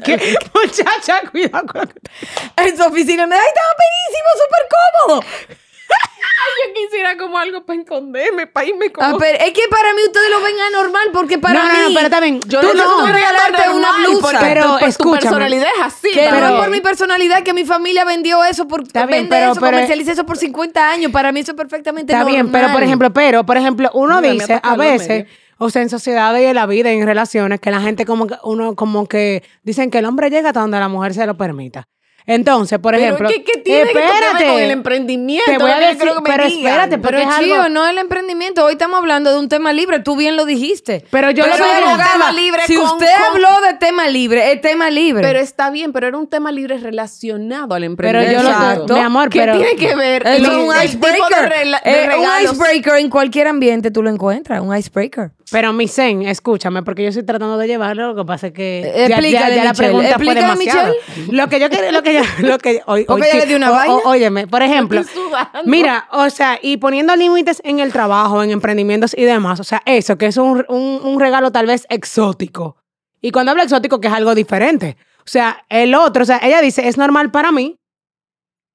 [SPEAKER 2] ¿Qué? Muchacha, cuidado con lo que-
[SPEAKER 3] en su oficina. Me da, "Ay, estaba perísimo, súper cómodo.
[SPEAKER 1] Ay, yo quisiera como algo para esconderme, para irme como...
[SPEAKER 3] Ah, pero es que para mí ustedes lo ven anormal porque para
[SPEAKER 2] no,
[SPEAKER 3] mí...
[SPEAKER 2] no, no, pero también.
[SPEAKER 1] Yo
[SPEAKER 2] tú
[SPEAKER 1] no,
[SPEAKER 2] no.
[SPEAKER 1] no
[SPEAKER 3] regalarte una blusa.
[SPEAKER 2] Pero
[SPEAKER 1] pero tu,
[SPEAKER 2] escúchame.
[SPEAKER 1] personalidad es así.
[SPEAKER 3] Que
[SPEAKER 1] pero-
[SPEAKER 3] no es por mi personalidad que mi familia vendió eso por
[SPEAKER 2] Está bien,
[SPEAKER 3] vende
[SPEAKER 2] pero-
[SPEAKER 3] eso,
[SPEAKER 2] pero-
[SPEAKER 3] comercializa eso por 50 años. Para mí eso es perfectamente
[SPEAKER 2] Está
[SPEAKER 3] normal.
[SPEAKER 2] bien, pero por ejemplo, pero por ejemplo,
[SPEAKER 1] Mira,
[SPEAKER 2] uno
[SPEAKER 1] me
[SPEAKER 2] dice
[SPEAKER 1] ataca
[SPEAKER 2] a
[SPEAKER 1] el olor
[SPEAKER 2] veces,
[SPEAKER 1] medio.
[SPEAKER 2] o sea, en sociedades y en la vida, en relaciones, que la gente como que uno como que dicen que el hombre llega hasta donde la mujer se lo permita. Entonces, por
[SPEAKER 1] Pero
[SPEAKER 2] ejemplo,
[SPEAKER 1] ¿qué, qué tiene que tú te ves con el emprendimiento?
[SPEAKER 2] Te voy
[SPEAKER 1] Lo
[SPEAKER 2] a
[SPEAKER 1] que yo
[SPEAKER 2] decir,
[SPEAKER 1] creo que me
[SPEAKER 2] pero
[SPEAKER 1] digan.
[SPEAKER 2] espérate,
[SPEAKER 3] Pero
[SPEAKER 2] porque es
[SPEAKER 3] chido,
[SPEAKER 2] algo-
[SPEAKER 3] no el emprendimiento. Hoy estamos hablando de un tema libre. Tú bien lo dijiste.
[SPEAKER 2] Pero yo lo
[SPEAKER 3] era
[SPEAKER 2] dije
[SPEAKER 3] un
[SPEAKER 2] de
[SPEAKER 1] tema libre
[SPEAKER 3] Si
[SPEAKER 1] con-
[SPEAKER 3] usted
[SPEAKER 1] con-
[SPEAKER 3] habló de tema libre, es tema libre.
[SPEAKER 1] Pero está bien, pero era un tema libre relacionado al
[SPEAKER 2] pero
[SPEAKER 1] emprendimiento.
[SPEAKER 2] yo
[SPEAKER 3] Exacto.
[SPEAKER 2] lo mi amor,
[SPEAKER 1] ¿Qué
[SPEAKER 2] pero
[SPEAKER 1] tiene que ver?
[SPEAKER 3] Eso
[SPEAKER 1] el-
[SPEAKER 3] es un
[SPEAKER 1] el tipo de
[SPEAKER 3] icebreaker.
[SPEAKER 1] rela- de
[SPEAKER 3] Eh, un
[SPEAKER 1] regalos?
[SPEAKER 3] icebreaker en cualquier ambiente tú lo encuentras. Un icebreaker.
[SPEAKER 2] pero mi zen, escúchame, porque yo estoy tratando de llevarlo, lo que pasa es que
[SPEAKER 3] Eh,
[SPEAKER 2] ya- ya- ya,
[SPEAKER 3] explícale,
[SPEAKER 2] la
[SPEAKER 3] Michelle,
[SPEAKER 2] pregunta fue
[SPEAKER 3] explícale,
[SPEAKER 2] demasiado. Lo que yo quería, lo que yo, lo que yo- hoy-
[SPEAKER 3] Porque
[SPEAKER 2] hoy
[SPEAKER 3] ya
[SPEAKER 2] sí-
[SPEAKER 3] le di una
[SPEAKER 2] o- o-
[SPEAKER 3] vaina.
[SPEAKER 2] óyeme, por ejemplo,
[SPEAKER 1] Estoy sudando.
[SPEAKER 2] mira, o sea, y poniendo límites en el trabajo, en emprendimientos y demás, o sea, eso, que es un, un- un regalo tal vez exótico. Y cuando hablo exótico, que es algo diferente. O sea, el otro, o sea, ella dice, es normal para mí,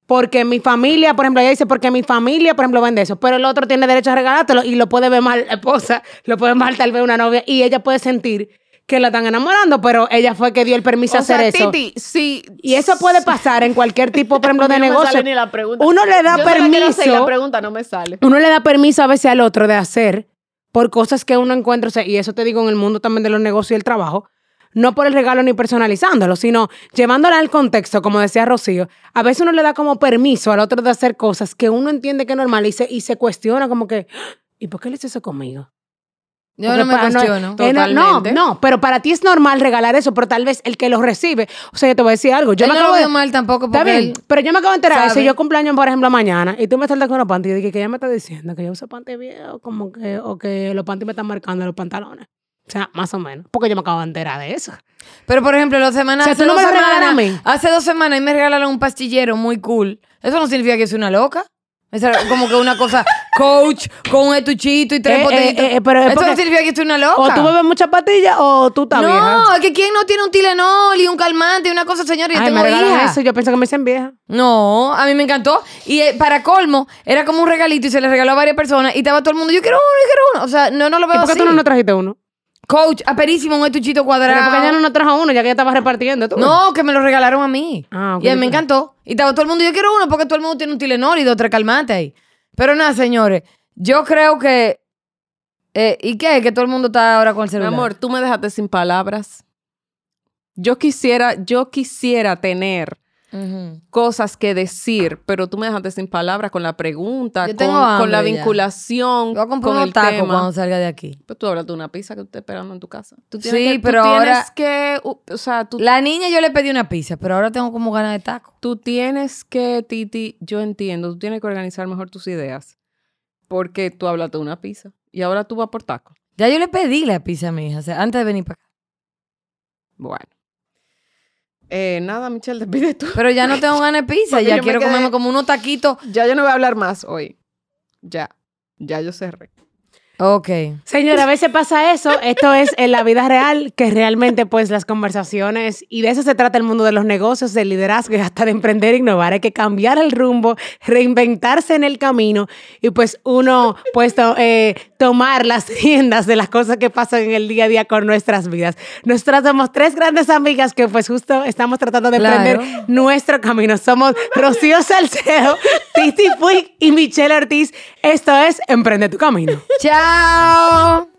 [SPEAKER 2] porque mi familia, por ejemplo, ella dice, porque mi familia, por ejemplo, vende eso, pero el otro tiene derecho a regalártelo y lo puede ver mal la esposa, lo puede ver mal tal vez una novia y ella puede sentir que la están enamorando, pero ella fue que dio el permiso a
[SPEAKER 1] O
[SPEAKER 2] hacer
[SPEAKER 1] sea,
[SPEAKER 2] eso.
[SPEAKER 1] Titi, sí.
[SPEAKER 2] Y eso puede pasar en cualquier tipo, por ejemplo, de
[SPEAKER 1] No me
[SPEAKER 2] negocio.
[SPEAKER 1] sale ni la pregunta.
[SPEAKER 2] Uno le da
[SPEAKER 1] Yo solo quiero hacer
[SPEAKER 2] permiso,
[SPEAKER 1] La pregunta no me sale.
[SPEAKER 2] uno le da permiso a veces al otro de hacer por cosas que uno encuentra, o sea, y eso te digo en el mundo también de los negocios y el trabajo, no por el regalo ni personalizándolo, sino llevándola al contexto, como decía Rocío, a veces uno le da como permiso al otro de hacer cosas que uno entiende que es normal y se, y se cuestiona como que, ¿y por qué le hizo eso conmigo?
[SPEAKER 3] Yo
[SPEAKER 2] Porque
[SPEAKER 3] no me
[SPEAKER 2] pa-
[SPEAKER 3] cuestiono.
[SPEAKER 2] eh, no, no,
[SPEAKER 1] Totalmente.
[SPEAKER 2] no, pero para ti es normal regalar eso, pero tal vez el que lo recibe, o sea, yo te voy a decir algo, yo
[SPEAKER 3] Él
[SPEAKER 2] me
[SPEAKER 3] no
[SPEAKER 2] acabo
[SPEAKER 3] lo
[SPEAKER 2] de-
[SPEAKER 3] veo mal tampoco porque
[SPEAKER 2] Está bien,
[SPEAKER 3] él-
[SPEAKER 2] pero yo me acabo de enterar de eso.
[SPEAKER 3] sabe.
[SPEAKER 2] y Yo cumpleaños, por ejemplo, mañana. Y tú me estás con los panties. Y yo dije que ella me está diciendo que yo uso panties viejos, como que, o que los panties me están marcando los pantalones. O sea, más o menos. Porque yo me acabo de enterar de eso.
[SPEAKER 3] Pero por ejemplo, las semanas,
[SPEAKER 2] O sea,
[SPEAKER 3] hace,
[SPEAKER 2] tú no
[SPEAKER 3] dos
[SPEAKER 2] me regalas
[SPEAKER 3] semanas
[SPEAKER 2] a mí.
[SPEAKER 3] hace dos semanas y me regalaron un pastillero muy cool. Eso no significa que soy una loca. Es como que una cosa coach con un estuchito y tres
[SPEAKER 2] Eh, eh,
[SPEAKER 3] botellitas.
[SPEAKER 2] eh, eh, pero es
[SPEAKER 3] Eso no
[SPEAKER 2] porque-
[SPEAKER 3] significa que soy una loca.
[SPEAKER 2] O tú bebes muchas pastillas o tú estás vieja.
[SPEAKER 3] no, es que quién no tiene un Tilenol y un calmante y una cosa, señor, yo
[SPEAKER 2] Ay, me
[SPEAKER 3] tengo
[SPEAKER 2] regalaron
[SPEAKER 3] hija.
[SPEAKER 2] eso. Yo pienso que me dicen vieja.
[SPEAKER 3] No, a mí me encantó. Y eh, para colmo, era como un regalito y se le regaló a varias personas y estaba todo el mundo, yo quiero uno, yo quiero uno. O sea, no, no lo
[SPEAKER 2] ¿Y
[SPEAKER 3] veo
[SPEAKER 2] por qué
[SPEAKER 3] así.
[SPEAKER 2] tú no nos trajiste uno?
[SPEAKER 3] Coach, aperísimo, un estuchito
[SPEAKER 2] Pero
[SPEAKER 3] cuadrado.
[SPEAKER 2] porque ella no nos trajo uno, ya que ella estaba repartiendo. ¿tú?
[SPEAKER 3] No, que me lo regalaron a mí.
[SPEAKER 2] Ah, ok,
[SPEAKER 3] Y a mí me
[SPEAKER 2] ok.
[SPEAKER 3] encantó. Y estaba todo el mundo, yo quiero uno porque todo el mundo tiene un Tilenol y dos, tres calmantes ahí. Pero nada, señores, yo creo que... eh, ¿Y qué? Que todo el mundo está ahora con el
[SPEAKER 1] Mi
[SPEAKER 3] celular.
[SPEAKER 1] amor, tú me dejaste sin palabras. Yo quisiera, yo quisiera tener
[SPEAKER 3] Ujú.
[SPEAKER 1] cosas que decir, pero tú me dejaste sin palabras con la pregunta,
[SPEAKER 3] Yo
[SPEAKER 1] con,
[SPEAKER 3] tengo
[SPEAKER 1] con la
[SPEAKER 3] hambre ya.
[SPEAKER 1] vinculación,
[SPEAKER 3] Voy a comprar
[SPEAKER 1] con
[SPEAKER 3] unos
[SPEAKER 1] el
[SPEAKER 3] tacos
[SPEAKER 1] tema.
[SPEAKER 3] cuando salga de aquí.
[SPEAKER 1] Pues tú hablas de una pizza que tú estás esperando en tu casa. Tú
[SPEAKER 3] Sí,
[SPEAKER 1] tienes que, tú
[SPEAKER 3] pero
[SPEAKER 1] tienes
[SPEAKER 3] ahora-
[SPEAKER 1] que, u- o sea, tú,
[SPEAKER 3] La niña yo le pedí una pizza, pero ahora tengo como ganas de taco.
[SPEAKER 1] tú tienes que, Titi, yo entiendo, tú tienes que organizar mejor tus ideas, porque tú hablas de una pizza y ahora tú vas por taco.
[SPEAKER 3] Ya yo le pedí la pizza a mi hija, o sea, antes de venir para acá.
[SPEAKER 1] Bueno. Eh, nada, Michelle, despide tú.
[SPEAKER 3] Pero ya no tengo ganas de pizza,
[SPEAKER 1] Porque
[SPEAKER 3] ya
[SPEAKER 1] yo me
[SPEAKER 3] quiero
[SPEAKER 1] quedé-
[SPEAKER 3] comerme como unos taquitos.
[SPEAKER 1] Ya yo no voy a hablar más hoy. Ya. Ya yo cerré.
[SPEAKER 3] Ok.
[SPEAKER 2] Señora, a veces pasa eso. Esto es en la vida real, que realmente, pues, las conversaciones, y de eso se trata el mundo de los negocios, del liderazgo, y hasta de emprender e innovar. Hay que cambiar el rumbo, reinventarse en el camino, y pues uno, pues, to- eh, tomar las riendas de las cosas que pasan en el día a día con nuestras vidas. Nosotras somos tres grandes amigas que, pues, justo estamos tratando de
[SPEAKER 3] Claro.
[SPEAKER 2] emprender nuestro camino. Somos Rocío Salcedo, Titi Puig y Michelle Ortiz. Esto es Emprende tu Camino.
[SPEAKER 3] Chao.